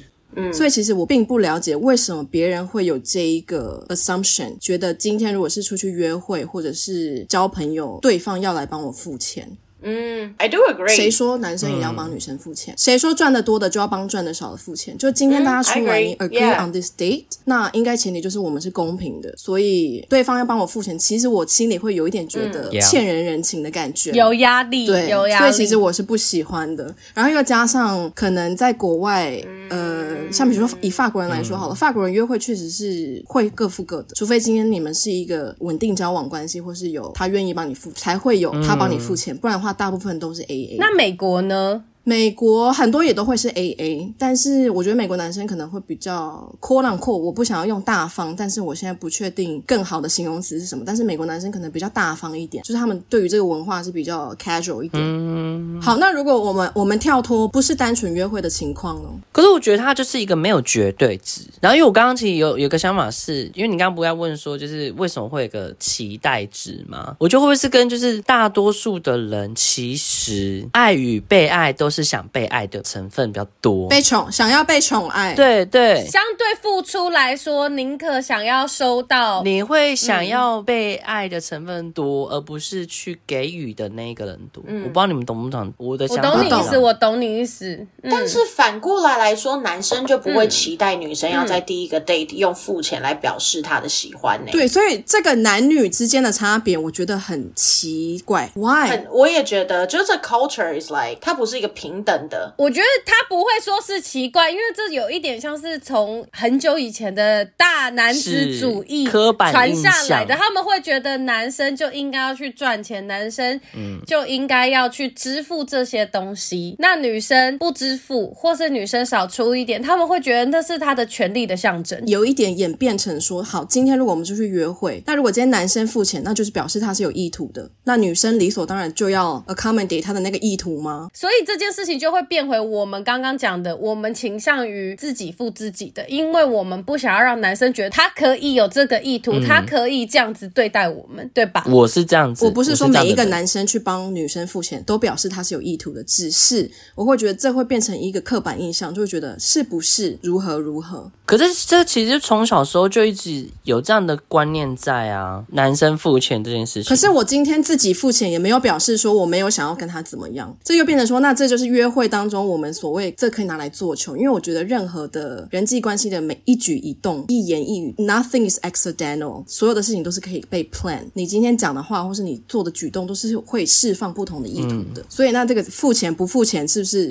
Speaker 1: 所以其实我并不了解为什么别人会有这一个 assumption，觉得今天如果是出去约会或者是交朋友，对方要来帮我付钱。
Speaker 3: 嗯，I do
Speaker 1: 谁
Speaker 3: agree。
Speaker 1: 说男生也要帮女生付钱？谁说赚得多的就要帮赚得少的付钱？就今天
Speaker 3: 嗯
Speaker 1: 大家出来，
Speaker 3: I
Speaker 1: 你
Speaker 3: agree,
Speaker 1: agree
Speaker 3: yeah.
Speaker 1: on this date，那应该前提就是我们是公平的，所以对方要帮我付钱，其实我心里会有一点觉得
Speaker 4: Yeah
Speaker 1: 欠人人情的感觉。
Speaker 2: 有压力，
Speaker 1: 对，
Speaker 2: 有压力。
Speaker 1: 所以其实我是不喜欢的。然后又加上可能在国外，呃，像比如说以法国人来说好了，法国人约会确实是会各付各的，除非今天你们是一个稳定交往关系，或是有他愿意帮你付，才会有他帮你付钱，不然的话大部分都是 A A。
Speaker 2: 那美国呢？
Speaker 1: 美国很多也都会是 A A，但是我觉得美国男生可能会比较 “quote on quote”，我不想要用大方，但是我现在不确定更好的形容词是什么。但是美国男生可能比较大方一点，就是他们对于这个文化是比较 casual 一点。好，那如果我们我们跳脱不是单纯约会的情况呢？
Speaker 4: 可是我觉得它就是一个没有绝对值。然后，因为我刚刚其实有有个想法是，因为你刚刚不要问说，就是为什么会有个期待值嘛？我觉得会不会是跟就是大多数的人其实爱与被爱都是想被爱的成分比较多。
Speaker 1: 被宠，想要被宠爱，，
Speaker 4: 对对，
Speaker 2: 相对付出来说，宁可想要收到，
Speaker 4: 你会
Speaker 1: 嗯
Speaker 4: 想要被爱的成分多，而不是去给予的那一个人多。我不知道你们懂不懂我的
Speaker 2: 我
Speaker 4: 想法。
Speaker 2: 懂你意
Speaker 1: 嗯我
Speaker 2: 思，我懂你意思。
Speaker 3: 但
Speaker 1: 嗯
Speaker 3: 是反过来来说，男生就不会期待女生要在第一个 date 用付钱来表示他的喜欢哎呢、
Speaker 1: 对，所以这个男女之间的差别，我觉得很奇怪。Why？
Speaker 3: 很，我也觉得，就是这 culture is like，它不是一个平等的。
Speaker 2: 我觉得他不会说是奇怪，因为这有一点像是从很久以前的大男子主义
Speaker 4: 是刻板
Speaker 2: 传
Speaker 4: 印
Speaker 2: 下来的。
Speaker 4: 象
Speaker 2: 他们会觉得男生就应该要去赚钱，男生
Speaker 4: 嗯
Speaker 2: 就应该要去支付这些东西。那女生不支付，或是女生少出一点，他们会觉得那是他的权利的象征。
Speaker 1: 有一点演变成说，好，今天如果我们出去约会，那如果今天男生付钱，那就是表示他是有意图的，那女生理所当然就要 accommodate 他的那个意图吗？
Speaker 2: 所以这件事情就会变回我们刚刚讲的，我们倾向于自己付自己的，因为我们不想要让男生觉得他可以有这个意图，他可以这样子对待我们，对吧？
Speaker 4: 我是这样子，
Speaker 1: 我不是说
Speaker 4: 这样
Speaker 1: 每
Speaker 4: 的
Speaker 1: 一个
Speaker 4: 人
Speaker 1: 男生去帮女生付钱都表示他是有意图的，只是我会觉得这会变成一个刻板印象，就会觉得是不是如何如何。
Speaker 4: 可是这其实从小时候就一直有这样的观念在啊，男生付钱这件事情。
Speaker 1: 可是我今天自己付钱，也没有表示说我没有想要跟他怎么样，这又变成说，那这就是约会当中我们所谓这可以拿来做球，因为我觉得任何的人际关系的每一举一动、一言一语，nothing is accidental，所有的事情都是可以被 plan。你今天讲的话，或是你做的举动，都是会释放不同的意图的。所以那这个付钱不付钱，是不是？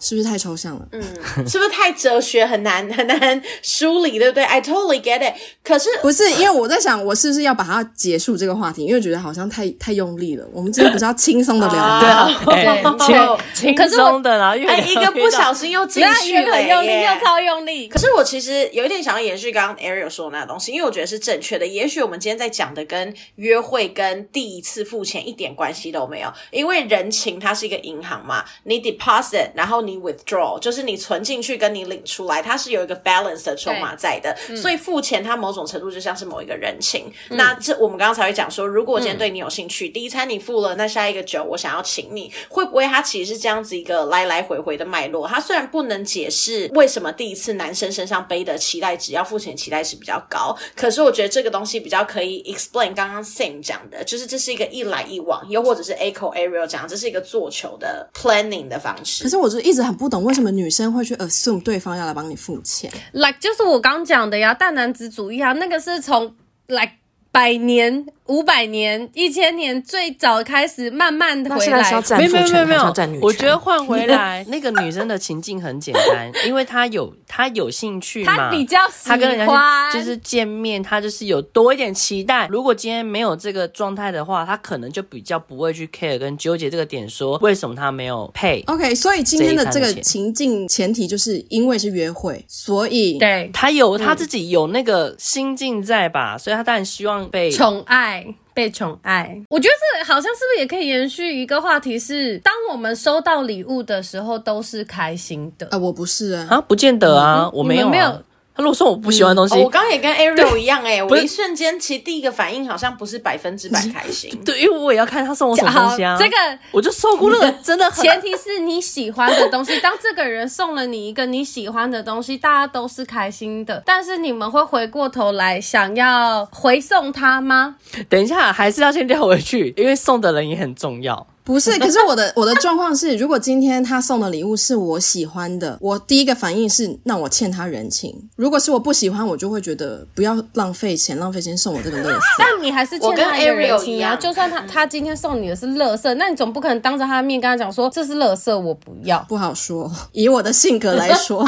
Speaker 1: 是不是太抽象了？
Speaker 3: 是不是太哲学，很难很难梳理，对不对？I totally get it。可是
Speaker 1: 不是，因为我在想，我是不是要把它结束这个话题？因为觉得好像太太用力了。我们今天不是要轻松的聊
Speaker 3: 哦
Speaker 1: 吗？
Speaker 4: 对啊，哎
Speaker 3: 对
Speaker 4: 轻
Speaker 2: 可
Speaker 4: 轻
Speaker 2: 是我
Speaker 4: 松的啦，越
Speaker 3: 哎，
Speaker 4: 聊
Speaker 3: 一个不
Speaker 4: 越
Speaker 3: 小心又
Speaker 2: 不
Speaker 3: 进
Speaker 2: 要
Speaker 3: 去
Speaker 2: 越
Speaker 3: 了
Speaker 2: 很
Speaker 3: 耶，
Speaker 2: 用力又超用力
Speaker 3: 可。是我其实有一点想要延续刚刚 Ariel 说的那个东西，因为我觉得是正确的。也许我们今天在讲的跟约会跟第一次付钱一点关系都没有，因为人情它是一个银行嘛，你 deposit，然后你 withdraw，就是你存进去跟你领出来，它是有一个 balance 的筹码在的。所以付钱它某种程度就像是某一个人情。那这我们刚刚才会讲说，如果我今天对你有兴趣，第一餐你付了，那下一个酒我想要请你，会不会它其实是这样子一个来来回回的脉络？它虽然不能解释为什么第一次男生身上背的期待值要付钱期待值比较高，可是我觉得这个东西比较可以 explain 刚刚 Sam 讲的，就是这是一个一来一往，又或者是 Echo Ariel 讲的，这是一个做球的 planning 的方
Speaker 1: 可
Speaker 3: 式。
Speaker 1: 是我就一直很不懂，为什么女生会去 assume 对方要来帮你付钱？
Speaker 2: like 就是我刚讲的呀，大男子主义啊，那个是从 like 百年、五百年、一千年最早开始，慢慢的
Speaker 5: 那
Speaker 2: 回
Speaker 5: 现在是
Speaker 2: 来
Speaker 5: 要。占
Speaker 4: 没
Speaker 5: 父
Speaker 4: 有没有没有没
Speaker 5: 权，还是要占女
Speaker 4: 有，
Speaker 5: 权？
Speaker 4: 我觉得换回 来那个女生的情境很简单，因为她有她有兴趣嘛，
Speaker 2: 她比较喜
Speaker 4: 她
Speaker 2: 欢
Speaker 4: 跟人家就是见面，她就是有多一点期待。如果今天没有这个状态的话，她可能就比较不会去 care 跟纠结这个点说为什么她没有配。
Speaker 1: OK，所以今天的这
Speaker 4: 这一
Speaker 1: 个
Speaker 4: 餐的钱
Speaker 1: 情境前提就是因为是约会，所以
Speaker 2: 对
Speaker 4: 她有她自己有那个心境在吧，所以她当然希望被
Speaker 2: 宠爱。被宠爱，我觉得这好像是不是也可以延续一个话题是，当我们收到礼物的时候都是开心的。
Speaker 1: 呃，我不是啊，
Speaker 4: 啊，不见得啊，我没有、啊，
Speaker 2: 没有。
Speaker 4: 他如果说我不喜欢的东西，
Speaker 3: 哦、我刚刚 也跟 Ariel 一样哎、我
Speaker 4: 不是
Speaker 3: 一瞬间其实第一个反应好像不是百分之百开心，
Speaker 4: 对，因为我也要看他送我什么东西啊。
Speaker 2: 好这个
Speaker 4: 我就受过那个真的 很
Speaker 2: 前提是你喜欢的东西。当这个人送了你一个你喜欢的东西，大家都是开心的。但是你们会回过头来想要回送他吗？
Speaker 4: 等一下，还是要先调回去，因为送的人也很重要。
Speaker 1: 不是， 可是我的我的状况是，如果今天他送的礼物是我喜欢的，我第一个反应是，那我欠他人情。如果是我不喜欢，我就会觉得不要浪费钱，浪费钱送我这个乐色。
Speaker 2: 但你还是欠
Speaker 3: 我跟
Speaker 2: 他一个人
Speaker 3: Ariel
Speaker 2: 情
Speaker 3: 一
Speaker 2: 啊！
Speaker 3: 样
Speaker 2: 就算他他今天送你的是乐色，那你总不可能当着他的面跟他讲说这是乐色，我不要。
Speaker 1: 不好说，以我的性格来说，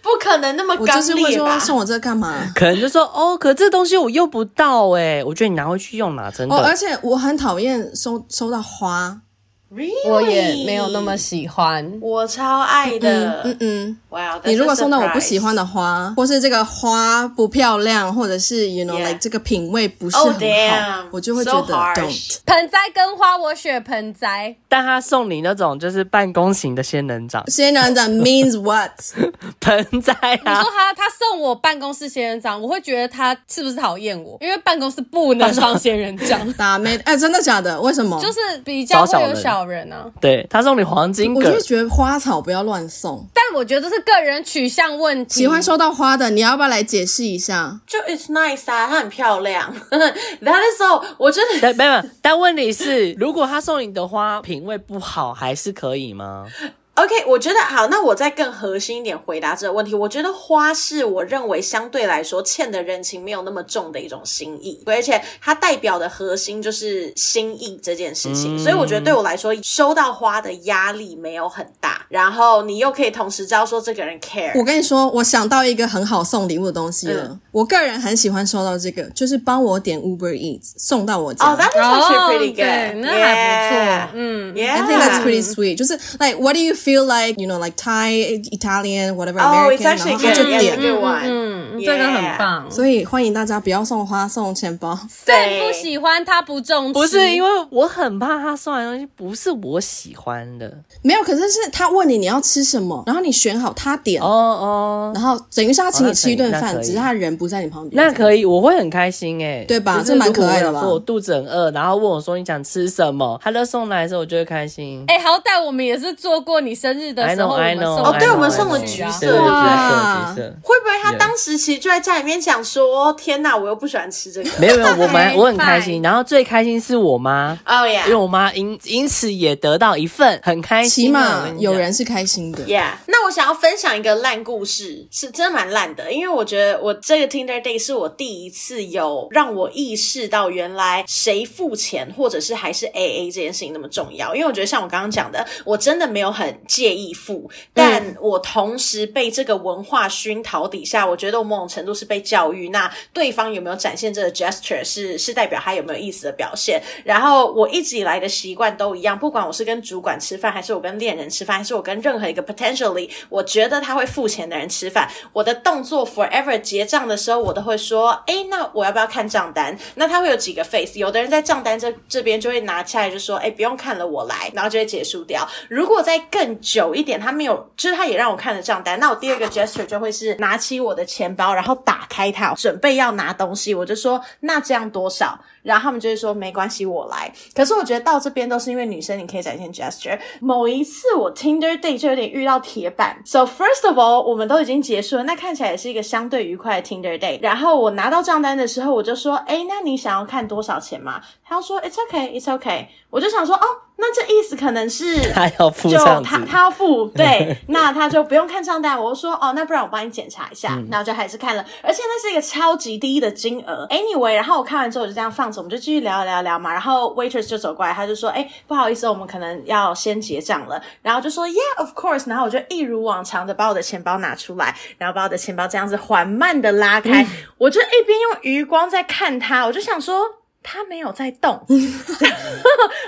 Speaker 3: 不可能那么
Speaker 1: 我
Speaker 3: 刚
Speaker 1: 就是会
Speaker 3: 烈吧
Speaker 1: 说？送我这个干嘛？
Speaker 4: 可能就说哦，可这东西我用不到哎、我觉得你拿回去用啦，真的。
Speaker 1: 哦，而且我很讨厌收收到花，
Speaker 3: Really？
Speaker 2: 我也没有那么喜欢。
Speaker 3: 我超爱的。
Speaker 1: 嗯嗯，
Speaker 3: 哇，
Speaker 1: 你如果送到我不喜欢
Speaker 3: 的
Speaker 1: 的花，或是这个花不漂亮，或者是 you know
Speaker 3: Yeah.
Speaker 1: like 这个品味不是
Speaker 3: Oh
Speaker 1: 很好
Speaker 3: damn，
Speaker 1: 我就会
Speaker 3: so
Speaker 1: 觉得
Speaker 3: harsh
Speaker 1: don't。
Speaker 2: 盆栽跟花，我选盆栽。
Speaker 4: 但他送你那种就是办公型的仙人掌
Speaker 1: 仙人掌 means what？
Speaker 4: 盆栽
Speaker 2: 你
Speaker 4: 啊
Speaker 2: 说，他他送我办公室仙人掌，我会觉得他是不是讨厌我？因为办公室不能放仙人掌，
Speaker 1: 打妹，哎，真的假的？为什么？
Speaker 2: 就是比较会有
Speaker 4: 招
Speaker 2: 小
Speaker 4: 小
Speaker 2: 人 啊。
Speaker 4: 对他送你黄金
Speaker 1: 我
Speaker 4: 葛
Speaker 1: 就会，觉得花草不要乱送。
Speaker 2: 但我觉得这是个人取向问题。
Speaker 1: 喜欢收到花的，你要不要来解释一下？
Speaker 3: 就 It's nice 啊，它很漂亮。That is all。我真的
Speaker 4: 但没有，但问题是，如果他送你的花品味不好，还是可以吗？
Speaker 3: OK，我觉得好，那我再更核心一点回答这个问题。我觉得花是我认为相对来说欠的人情没有那么重的一种心意，而且它代表的核心就是心意这件事情。所以我觉得对我来说，收到花的压力没有很大，然后你又可以同时知道说这个人 care。
Speaker 1: 我跟你说，我想到一个很好送礼物的东西了。
Speaker 3: 嗯
Speaker 1: 我个人很喜欢收到这个，就是帮我点 Uber Eats 送到我家。
Speaker 3: 哦、that is
Speaker 2: 哦
Speaker 3: actually pretty good，、
Speaker 2: 对那还不错。嗯，
Speaker 1: I think that's
Speaker 3: Yeah，yeah。
Speaker 1: pretty sweet. 就是 like what do you feel like? You know, like Thai, Italian, whatever
Speaker 3: Oh,
Speaker 1: American，、
Speaker 3: it's actually
Speaker 1: 然后他
Speaker 3: good.
Speaker 1: 就
Speaker 3: It's
Speaker 1: 点
Speaker 3: a good one.
Speaker 2: 嗯，
Speaker 3: Yeah
Speaker 2: 这个很棒。
Speaker 1: 所以欢迎大家不要送花，送钱包。
Speaker 2: 但不喜欢他不重视，
Speaker 4: 不是，因为我很怕他送来的东西不是我喜欢的。
Speaker 1: 没有，可是是他问你你要吃什么，然后你选好他点，
Speaker 4: 哦哦，
Speaker 1: 然后等于是他请你吃一顿
Speaker 4: 哦那
Speaker 1: 饭，
Speaker 4: 可以
Speaker 1: 只是他人不在你旁边。
Speaker 4: 那可
Speaker 1: 以。
Speaker 4: 以，我会很开心哎、
Speaker 1: 对吧
Speaker 4: 就是
Speaker 1: 这蛮可爱的吧
Speaker 4: 如果我说我肚子很饿，然后问我说你想吃什么，他就送来的时候，我就会开心。
Speaker 2: 哎、好歹我们也是做过你生日的啊
Speaker 4: I
Speaker 2: 哎时候
Speaker 4: know,
Speaker 2: 我们
Speaker 4: I
Speaker 2: 送
Speaker 4: know.
Speaker 2: 过
Speaker 4: I
Speaker 3: 哦对
Speaker 4: know,
Speaker 3: 我们
Speaker 4: I
Speaker 3: 送了
Speaker 4: know
Speaker 3: 橘
Speaker 4: 对
Speaker 3: 色
Speaker 4: 对对
Speaker 1: 哇
Speaker 4: 橘色，橘色。
Speaker 3: 会不会他
Speaker 4: Yeah
Speaker 3: 当时其实就在家里面讲说：“天哪，我又不喜欢吃这个。
Speaker 4: 没有没 有，我 蛮
Speaker 2: Okay,
Speaker 4: 我很开心。然后最开心是我妈”，
Speaker 3: 哦
Speaker 4: 因为
Speaker 3: 呀。
Speaker 4: 我妈因因此也得到一份，很开
Speaker 1: 起
Speaker 4: 心啊。
Speaker 1: 码
Speaker 4: 我跟你讲
Speaker 1: 有人是开心的。
Speaker 3: Yeah，那我想要分享一个烂故事，是真的蛮烂的，因为我觉得我这个 Tinder Day 是我第一次有让我意识到原来谁付钱或者是还是 AA 这件事情那么重要，因为我觉得像我刚刚讲的，我真的没有很介意付，但我同时被这个文化熏陶底下，我觉得我某种程度是被教育，那对方有没有展现这个 gesture 是是代表他有没有意思的表现，然后我一直以来的习惯都一样，不管我是跟主管吃饭，还是我跟恋人吃饭，还是我跟任何一个 potentially 我觉得他会付钱的人吃饭，我的动作 forever 结账的时候，我都会说，哎，那我要不要看账单？那他会有几个 face，有的人在账单这这边就会拿下来就说，哎，不用看了，我来，然后就会结束掉。如果再更久一点，他没有，就是他也让我看了账单，那我第二个 gesture 就会是拿起我的钱包，然后打开它，准备要拿东西，我就说，那这样多少？然后他们就会说没关系，我来。可是我觉得到这边都是因为女生你可以展现 gesture。某一次我 Tinder day 就有点遇到铁板。So first of all，我们都已经结束了，那看起来也是一个相对愉快的 Tinder day。然后我拿到账单的时候，我就说，哎，那你想要看多少钱吗？他说 It's okay, It's okay。我就想说，哦，那这意思可能是
Speaker 4: 他要付
Speaker 3: 就
Speaker 4: 这样子
Speaker 3: 他他要付，对，那他就不用看账单。我就说哦，那不然我帮你检查一下，然后就还是看了，而且那是一个超级低的金额。Anyway，然后我看完之后我就这样放着，我们就继续聊聊聊嘛。然后 waitress 就走过来，他就说，哎，不好意思，我们可能要先结账了。然后就说 Yeah, of course。然后我就一如往常的把我的钱包拿出来，然后把我的钱包这样子缓慢的拉开，我就一边用余光在看他，我就想说。他没有在动，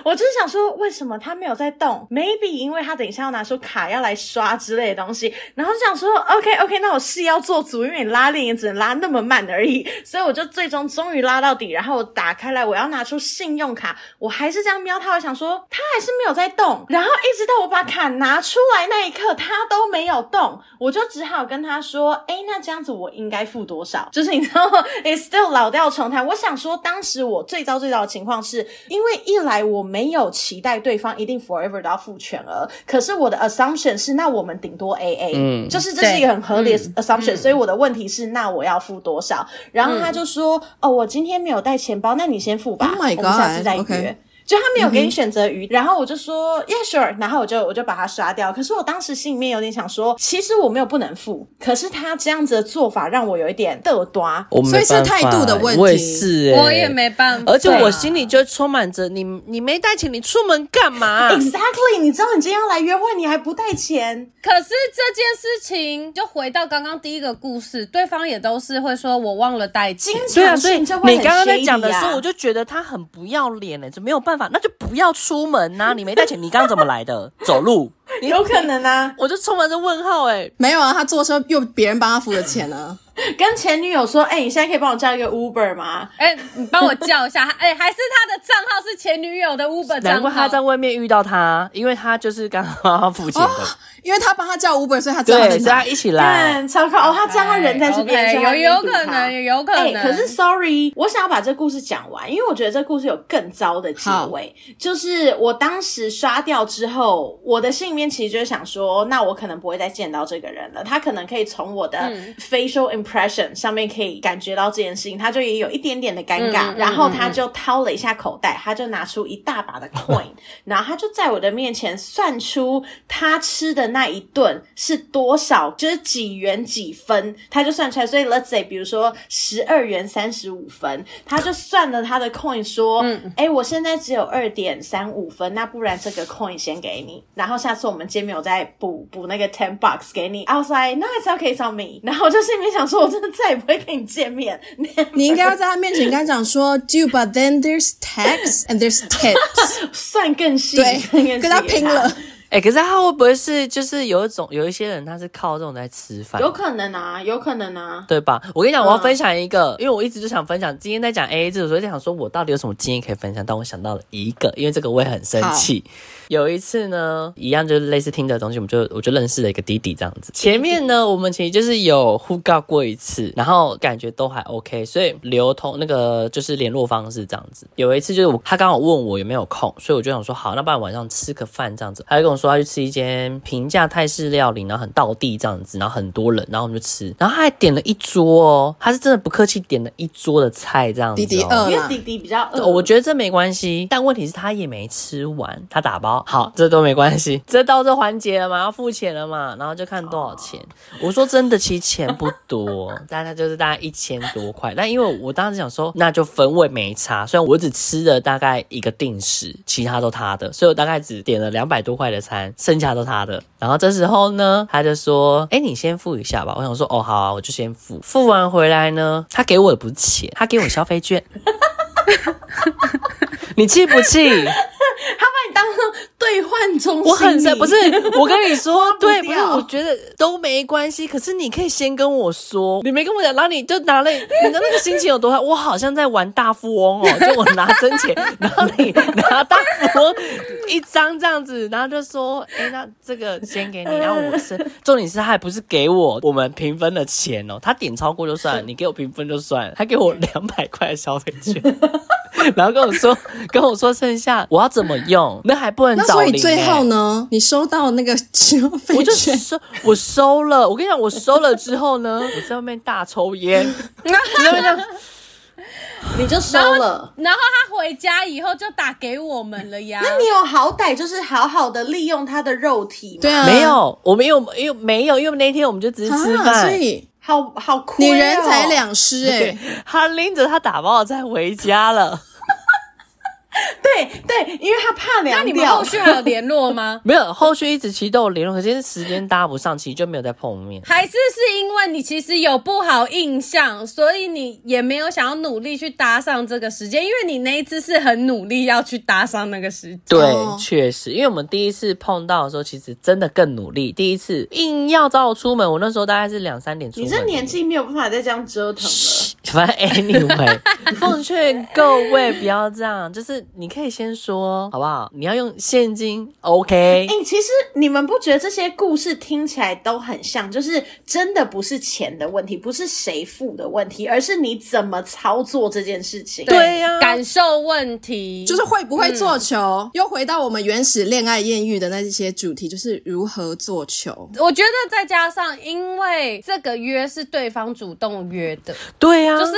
Speaker 3: 我就是想说，为什么他没有在动？Maybe 因为他等一下要拿出卡要来刷之类的东西，然后就想说，OK OK，那我事要做足，因为你拉链也只能拉那么慢而已，所以我就最终终于拉到底，然后我打开来，我要拿出信用卡，我还是这样瞄他，我想说他还是没有在动，然后一直到我把卡拿出来那一刻，他都没有动，我就只好跟他说，哎，那这样子我应该付多少？就是你知道吗，it's still 老调重弹。我想说，当时我最糟最糟的情况是，因为一来我没有期待对方一定 forever 都要付全额，可是我的 assumption 是，那我们顶多 AA，
Speaker 4: 嗯
Speaker 3: 就是这是一个很合理的 assumption，、所以
Speaker 1: 嗯
Speaker 3: 我的问题是，那我要付多少？然后他就说，哦，我今天没有带钱包，那你先付吧，
Speaker 1: Oh my
Speaker 3: 我们下次再约。
Speaker 1: God，OK
Speaker 3: 就他没有
Speaker 4: 嗯
Speaker 3: 给你选择鱼，然后我就说 Yeah sure，然后我就我就把他刷掉。可是我当时心里面有点想说，其实我没有不能付，可是他这样子的做法让我有一点嘚端。
Speaker 4: 我没
Speaker 1: 所以是
Speaker 4: 办法
Speaker 1: 态度的问题
Speaker 4: 我也是、欸，
Speaker 2: 我也没
Speaker 3: 嗯
Speaker 2: 办法，
Speaker 4: 而且
Speaker 3: 啊
Speaker 4: 我心里就充满着你，你没带钱，你出门干嘛？
Speaker 3: Exactly，你知 道你今天要来约会，你还不带钱，
Speaker 2: 可是这件事情就回到刚刚第一个故事，对方也都是会说我忘了带钱
Speaker 3: 经，
Speaker 4: 对啊，
Speaker 3: 常
Speaker 4: 所以
Speaker 3: 性就会
Speaker 4: 你
Speaker 3: 很
Speaker 4: 刚刚在
Speaker 3: shady
Speaker 4: 讲的时
Speaker 3: 啊
Speaker 4: 候，我就觉得他很不要脸哎、就没有办法，那就不要出门呐、你没带钱，你刚刚怎么来 的？走路？你
Speaker 3: 有可能 啊，
Speaker 4: 我就充满着问号哎、
Speaker 3: 欸
Speaker 1: 没有啊，他坐车又别人帮他付的 钱啊，
Speaker 3: 跟前女友说，哎、你现在可以帮我叫一个 Uber 吗？
Speaker 2: 哎、你帮我叫一下， 哎、还是他的账号是前女友的 Uber 账
Speaker 4: 难
Speaker 2: 号，
Speaker 4: 怪他在外面遇到他，因为他就是刚刚要付钱
Speaker 3: 哦
Speaker 4: 的，
Speaker 1: 因为他帮他叫 Uber，所以他知道他
Speaker 4: 对，所
Speaker 1: 在
Speaker 4: 以
Speaker 1: 哪
Speaker 4: 他。一起来。
Speaker 3: 看，超靠哦，他知道他人在这边
Speaker 2: OK，
Speaker 3: 所以他
Speaker 2: 有有
Speaker 3: 一定堵
Speaker 2: 可
Speaker 3: 他哎
Speaker 2: 能，有可能。
Speaker 3: 可是 sorry，我想要把这故事讲完，因为我觉得这故事有更糟的结尾。就是我当时刷掉之后，我的心里面其实就是想说，那我可能不会再见到这个人了。他可能可以从我的
Speaker 2: 嗯
Speaker 3: facial impression 上面可以感觉到这件事情，他就也有一点点的尴尬，
Speaker 2: 嗯嗯
Speaker 3: 然后他就掏了一下口袋，他就拿出一大把 的 coin，然后他就在我的面前算出他吃的那一顿是多少，就是几元几分，他就算出来。所以 let's say，比如说十二元三十五分，他就算了他的 coin 说，嗯，哎，我现在只有二点三五分，那不然这个 coin 先给你，然后下次我们见面我再补补那个 ten bucks 给你。I was like, no, it's okay, it's on me。然后我就心里面想说，我真的再也不会跟你见面。
Speaker 1: 你应该要在他面前跟他讲说，Dude, but then there's tax and there's tips，
Speaker 3: 算更细，算更
Speaker 1: 对，
Speaker 3: 细
Speaker 1: 跟他
Speaker 3: 给
Speaker 1: 拼了。
Speaker 4: 哎、可是他会不会是就是有一种有一些人他是靠这种在吃饭？
Speaker 3: 有可能啊，有可能啊。
Speaker 4: 对吧？我跟你讲，我要
Speaker 3: 嗯
Speaker 4: 分享一个，因为我一直就想分享。今天在讲 AA 制，我就在想说我到底有什么经验可以分享，但我想到了一个，因为这个我也很生气。有一次呢，一样就是类似听的东西，我们就我就认识了一个弟弟这样子。前面呢，我们其实就是有互告过一次，然后感觉都还 OK，所以流通那个就是联络方式这样子。有一次就是我他刚好问我有没有空，所以我就想说好，那不然晚上吃个饭这样子。他就跟我说他去吃一间平价泰式料理，然后很道地这样子，然后很多人，然后我们就吃，然后他还点了一桌哦，他是真的不客气点了一桌的菜这样子、哦。
Speaker 1: 弟弟
Speaker 3: 因
Speaker 1: 饿
Speaker 3: 为
Speaker 1: 了，
Speaker 3: 弟弟比较饿，
Speaker 4: 哦我觉得这没关系，但问题是他也没吃完，他打包，好，这都没关系。 这到这环节了嘛，要付钱了嘛，然后就看多少钱。我说真的，其实钱不多， 大概就是大概一千多块。但因为我当时想说，那就分位没差，虽然我只吃了大概一个定时，其他都他的，所以我大概只点了两百多块的餐，剩下都他的。然后这时候呢，他就说：“哎，你先付一下吧。”我想说：“哦，好啊，我就先付。”付完回来呢，他给我的不是钱，他给我消费券。你气不气？
Speaker 3: 把你当成兑换中心，
Speaker 4: 我很生，不 是我跟你说，
Speaker 3: 不
Speaker 4: 对，不是，
Speaker 3: 掉
Speaker 4: 我觉得都没关系。可是你可以先跟我 说，你没跟我讲，然后你就拿了，你的那个心情有多好？我好像在玩大富翁 哦，就我拿真钱，然后你 拿大富翁一张这样子，然后就说，哎，那这个先给你，然后 我是，重点是他还不是给我我们平分的钱哦，他点超过就算
Speaker 1: 嗯
Speaker 4: 了，你给我平分就算了，他给我两百块的消费 券。然后跟我说，跟我说剩下我要怎么用，那还不能
Speaker 1: 那
Speaker 4: 找
Speaker 1: 所以
Speaker 4: 零
Speaker 1: 最
Speaker 4: 欸
Speaker 1: 后呢，你收到那个消费
Speaker 4: 我就
Speaker 1: 券，
Speaker 4: 收，我收了。我跟你讲，我收了之后呢，我在外面大抽烟，你知道吗？
Speaker 3: 你就收了。
Speaker 2: 然后他回家以后就打给我们了呀。
Speaker 3: 那你有好歹就是好好的利用他的肉体嘛，
Speaker 1: 对啊，
Speaker 4: 没有，我没有，因为没有，因为那天我们就只是吃
Speaker 1: 啊，所
Speaker 4: 饭。
Speaker 1: 以
Speaker 3: 好好亏、哦。
Speaker 1: 你人财，两失哎，
Speaker 4: 他拎着他打包的菜回家了，？
Speaker 3: 对对，因为他怕
Speaker 2: 那
Speaker 3: 凉
Speaker 2: 你们
Speaker 3: 掉
Speaker 2: 后。续还有联络吗
Speaker 4: 没有后续一直其实都有联络，可是时间搭不上，其实就没有再碰面。
Speaker 2: 还是是因为你其实有不好印象，所以你也没有想要努力去搭上这个时间，因为你那一次是很努力要去搭上那个时间。
Speaker 4: 对
Speaker 1: 哦，
Speaker 4: 确实，因为我们第一次碰到的时候，其实真的更努力。第一次硬要找我出门，我那时候大概是两三点出
Speaker 3: 你
Speaker 4: 门。
Speaker 3: 这年纪没有办法再这样折腾了。
Speaker 4: 反正 anyway，奉劝各位不要这样，就是你可以先说好不好？你要用现金，OK？
Speaker 3: 哎、其实你们不觉得这些故事听起来都很像，就是真的不是钱的问题，不是谁付的问题，而是你怎么操作这件事情。
Speaker 4: 对呀
Speaker 2: 感受问题
Speaker 1: 就是会不会做球，又回到我们原始恋爱艳遇的那一些主题，就是如何做球。
Speaker 2: 我觉得再加上，因为这个约是对方主动约的，
Speaker 4: 对呀、啊
Speaker 2: 就是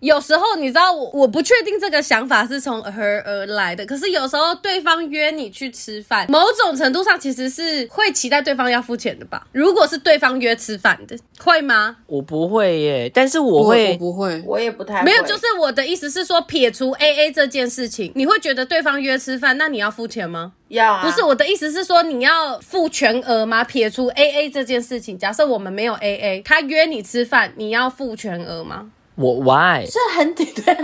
Speaker 2: 有时候你知道我我不确定这个想法是从何而来的，可是有时候对方约你去吃饭，某种程度上其实是会期待对方要付钱的吧？如果是对方约吃饭的，会吗？
Speaker 4: 我不会耶，但是我
Speaker 1: 我
Speaker 4: 会
Speaker 1: 我不会，
Speaker 3: 我也不太
Speaker 2: 没有，
Speaker 3: 会
Speaker 2: 就是我的意思是说，撇除 A A 这件事情，你会觉得对方约吃饭，那你要付钱吗？
Speaker 3: 要啊
Speaker 2: 不是我的意思是说，你要付全额吗？撇除 A A 这件事情，假设我们没有 A A，他约你吃饭，你要付全额吗？
Speaker 4: 我 why
Speaker 3: 这很 depend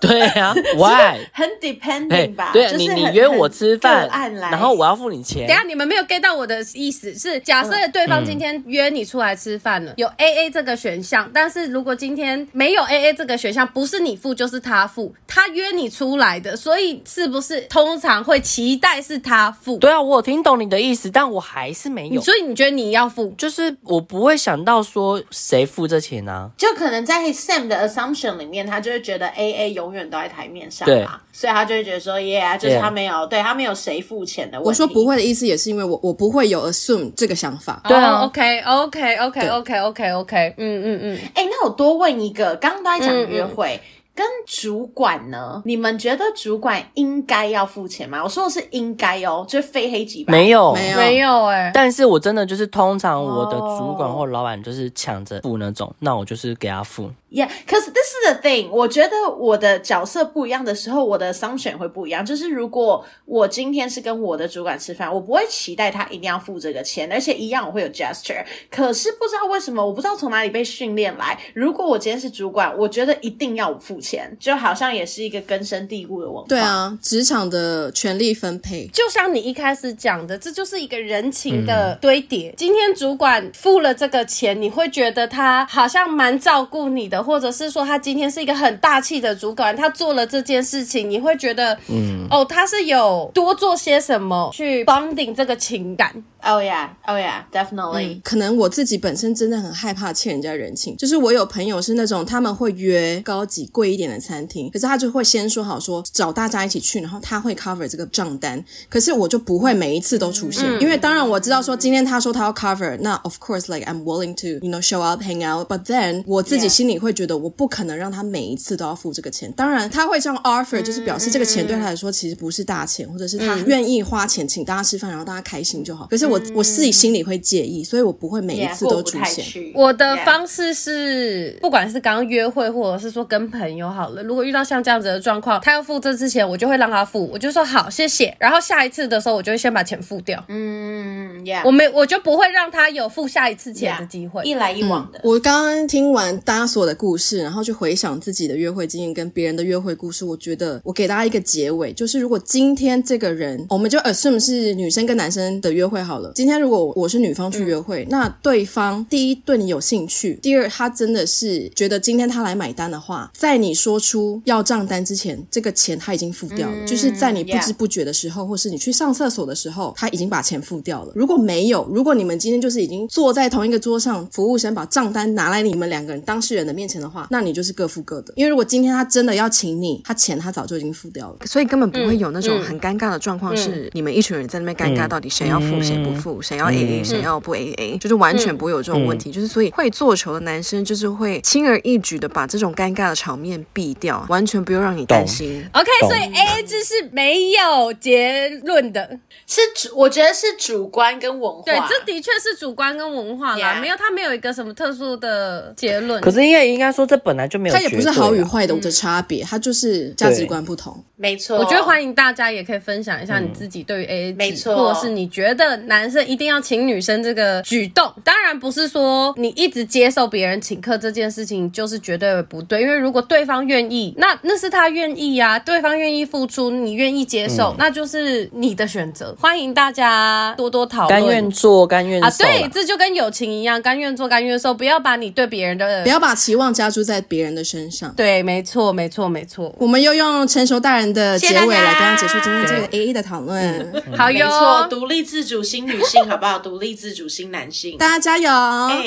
Speaker 4: 对啊 why
Speaker 3: 很
Speaker 4: 哎
Speaker 3: depending 吧？
Speaker 4: 对
Speaker 3: 就是
Speaker 4: 你
Speaker 3: 很
Speaker 4: 你约我吃饭
Speaker 3: 很个案，来
Speaker 4: 然后我要付你钱
Speaker 2: 等一，下你们没有 get 到我的意思是，假设对方今天约你出来吃饭了，有 A A 这个选项，但是如果今天没有 A A 这个选项，不是你付就是他付，他约你出来的，所以是不是通常会期待是他付？
Speaker 4: 对啊，我有听懂你的意思，但我还是没有，
Speaker 2: 所以你觉得你要付？
Speaker 4: 就是我不会想到说谁付这钱啊，
Speaker 3: 就可能在 Sam 的 assumption 里面，他就会觉得 A A 永远都在台面上
Speaker 4: 对啊
Speaker 3: 嘛，所以他就会觉得说，Yeah，就是他
Speaker 4: Yeah
Speaker 3: 没有对他没有谁付钱的问题。
Speaker 1: 我说不会的意思也是因为我我不会有 assume 这个想法。
Speaker 2: 嗯
Speaker 4: 对啊
Speaker 2: o k OK OK OK OK OK，嗯嗯嗯，
Speaker 3: 哎、那我多问一个，刚刚都在讲
Speaker 2: 嗯
Speaker 3: 约会。跟主管呢？你们觉得主管应该要付钱吗？我说的是应该哦，就是非黑即白。
Speaker 4: 没有
Speaker 1: 没有
Speaker 2: 没有哎、
Speaker 4: 但是我真的就是，通常我的主管
Speaker 3: 哦
Speaker 4: 或老板就是抢着付那种，那我就是给他付。
Speaker 3: Yeah, cause this is the thing. 我觉得我的角色不一样的时候，我的 assumption 会不一样。就是如果我今天是跟我的主管吃饭，我不会期待他一定要付这个钱，而且一样我会有 gesture。可是不知道为什么，我不知道从哪里被训练来。如果我今天是主管，我觉得一定要我付钱，就好像也是一个根深蒂固的文化。
Speaker 1: 对，啊，职场的权力分配，
Speaker 2: 就像你一开始讲的，这就是一个人情的堆叠。今天主管付了这个钱，你会觉得他好像蛮照顾你的，或者是说他今天是一个很大气的主管，他做了这件事情，你会觉得，嗯，哦，他是有多做些什么去 bonding 这个情感。
Speaker 3: Oh yeah, oh yeah, definitely.、
Speaker 1: 可能我自己本身真的很害怕欠人家人情，就是我有朋友是那种他们会约高级贵一点的餐厅，可是他就会先说好说找大家一起去，然后他会 cover 这个账单，可是我就不会每一次都出现，因为当然我知道说今天他说他要 cover，那 of course like I'm willing to you know show up hang out，but then 我自己
Speaker 3: Yeah.
Speaker 1: 心里会觉得我不可能让他每一次都要付这个钱，当然他会这样 offer
Speaker 3: 嗯
Speaker 1: 就是表示这个钱对他来说其实不是大钱，或者是他愿意花钱请大家吃饭，然后大家开心就好，可是我我自己心里会介意，所以我不会每。每
Speaker 3: 嗯
Speaker 1: 一
Speaker 3: Yeah,
Speaker 1: 次
Speaker 3: 过
Speaker 1: 都
Speaker 3: 不
Speaker 1: 出
Speaker 3: 太
Speaker 1: 现。
Speaker 3: 去
Speaker 2: 我的
Speaker 3: Yeah.
Speaker 2: 方式是，不管是刚刚约会，或者是说跟朋友好了，如果遇到像这样子的状况，他要付这次钱，我就会让他付，我就说好，谢谢。然后下一次的时候，我就会先把钱付掉，
Speaker 3: 嗯 ，Yeah，
Speaker 2: 我没我就不会让他有付下一次钱
Speaker 3: Yeah，
Speaker 2: 的机会。
Speaker 3: 一来一往的。
Speaker 1: 我刚刚听完大家所有的故事，然后去回想自己的约会经验跟别人的约会故事，我觉得我给大家一个结尾，就是如果今天这个人，我们就 assume 是女生跟男生的约会好了。今天如果我是女方去约会，那对方第一对你有兴趣，第二他真的是觉得今天他来买单的话，在你说出要账单之前，这个钱他已经付掉了，就是在你不知
Speaker 3: yeah
Speaker 1: 不觉的时候，或是你去上厕所的时候，他已经把钱付掉了。如果没有，如果你们今天就是已经坐在同一个桌上，服务生把账单拿来你们两个人当事人的面前的话，那你就是各付各的。因为如果今天他真的要请你，他钱他早就已经付掉了。
Speaker 5: 所以根本不会有那种很尴尬的状况，是你们一群人在那边尴尬，到底谁要付谁不付，谁要 AA 谁要不 AA，就是完全不会有这种问题。就是所以会做球的男生，就是会轻而易举的把这种尴尬的场面避掉，完全不用让你担心。
Speaker 2: OK，
Speaker 4: 懂
Speaker 2: 所以 A A 制是没有结论的，
Speaker 3: 是主，我觉得是主观跟文化。
Speaker 2: 对，啊这的确是主观跟文化啦
Speaker 3: Yeah
Speaker 2: 没有他没有一个什么特殊的结论。
Speaker 4: 可是应该应该说，这本来就没有
Speaker 1: 他
Speaker 4: 绝对啊，
Speaker 1: 也不是好与坏哦的的差别，他就是价值观不同。
Speaker 3: 没错，
Speaker 2: 我觉得欢迎大家也可以分享一下你自己对于 AA 制，
Speaker 3: 没错
Speaker 2: 或者是你觉得男生一定要请女生这个举动。当然不是说你一直接受别人请客这件事情就是绝对不对，因为如果对方愿意，那那是他愿意啊，对方愿意付出，你愿意接受，那就是你的选择。欢迎大家多多讨
Speaker 4: 甘愿
Speaker 2: 论。
Speaker 4: 做甘愿
Speaker 2: 啊，
Speaker 4: 受啦
Speaker 2: 对，这就跟友情一样，甘愿做甘愿受，不要把你对别人的
Speaker 1: 不要把期望加注在别人的身上。
Speaker 2: 对，没错，没错，没错。
Speaker 1: 我们又用成熟大人的结
Speaker 3: 谢谢
Speaker 1: 尾
Speaker 3: 大家
Speaker 1: 来跟大家结束今天这个 A A 的讨论。
Speaker 2: 好
Speaker 3: 没
Speaker 2: 哟，
Speaker 3: 错，独立自主新女性，好不好？独立自主新男性。哎
Speaker 1: 大家加油！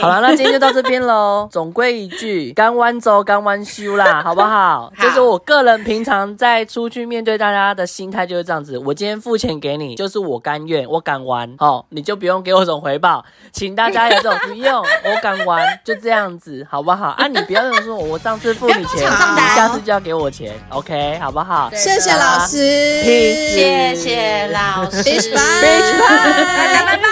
Speaker 4: 好了，那今天就到这边喽。总归一句，干弯走，干弯修啦，好不好？这是我个人平常在出去面对大家的心态就是这样子。我今天付钱给你，就是我甘愿，我敢玩哦。我，你就不用给我什么回报，请大家有这种不用，我敢玩，就这样子，好不好？啊，你不要那种说我上次付你钱，
Speaker 3: 不要跟我抢
Speaker 4: 你
Speaker 3: 答哦
Speaker 4: 下次就要给我钱，OK，好不好？
Speaker 1: 谢谢老师，
Speaker 4: Peace
Speaker 3: 谢谢老师，
Speaker 1: Bitch，拜
Speaker 4: 拜
Speaker 3: 大家拜拜。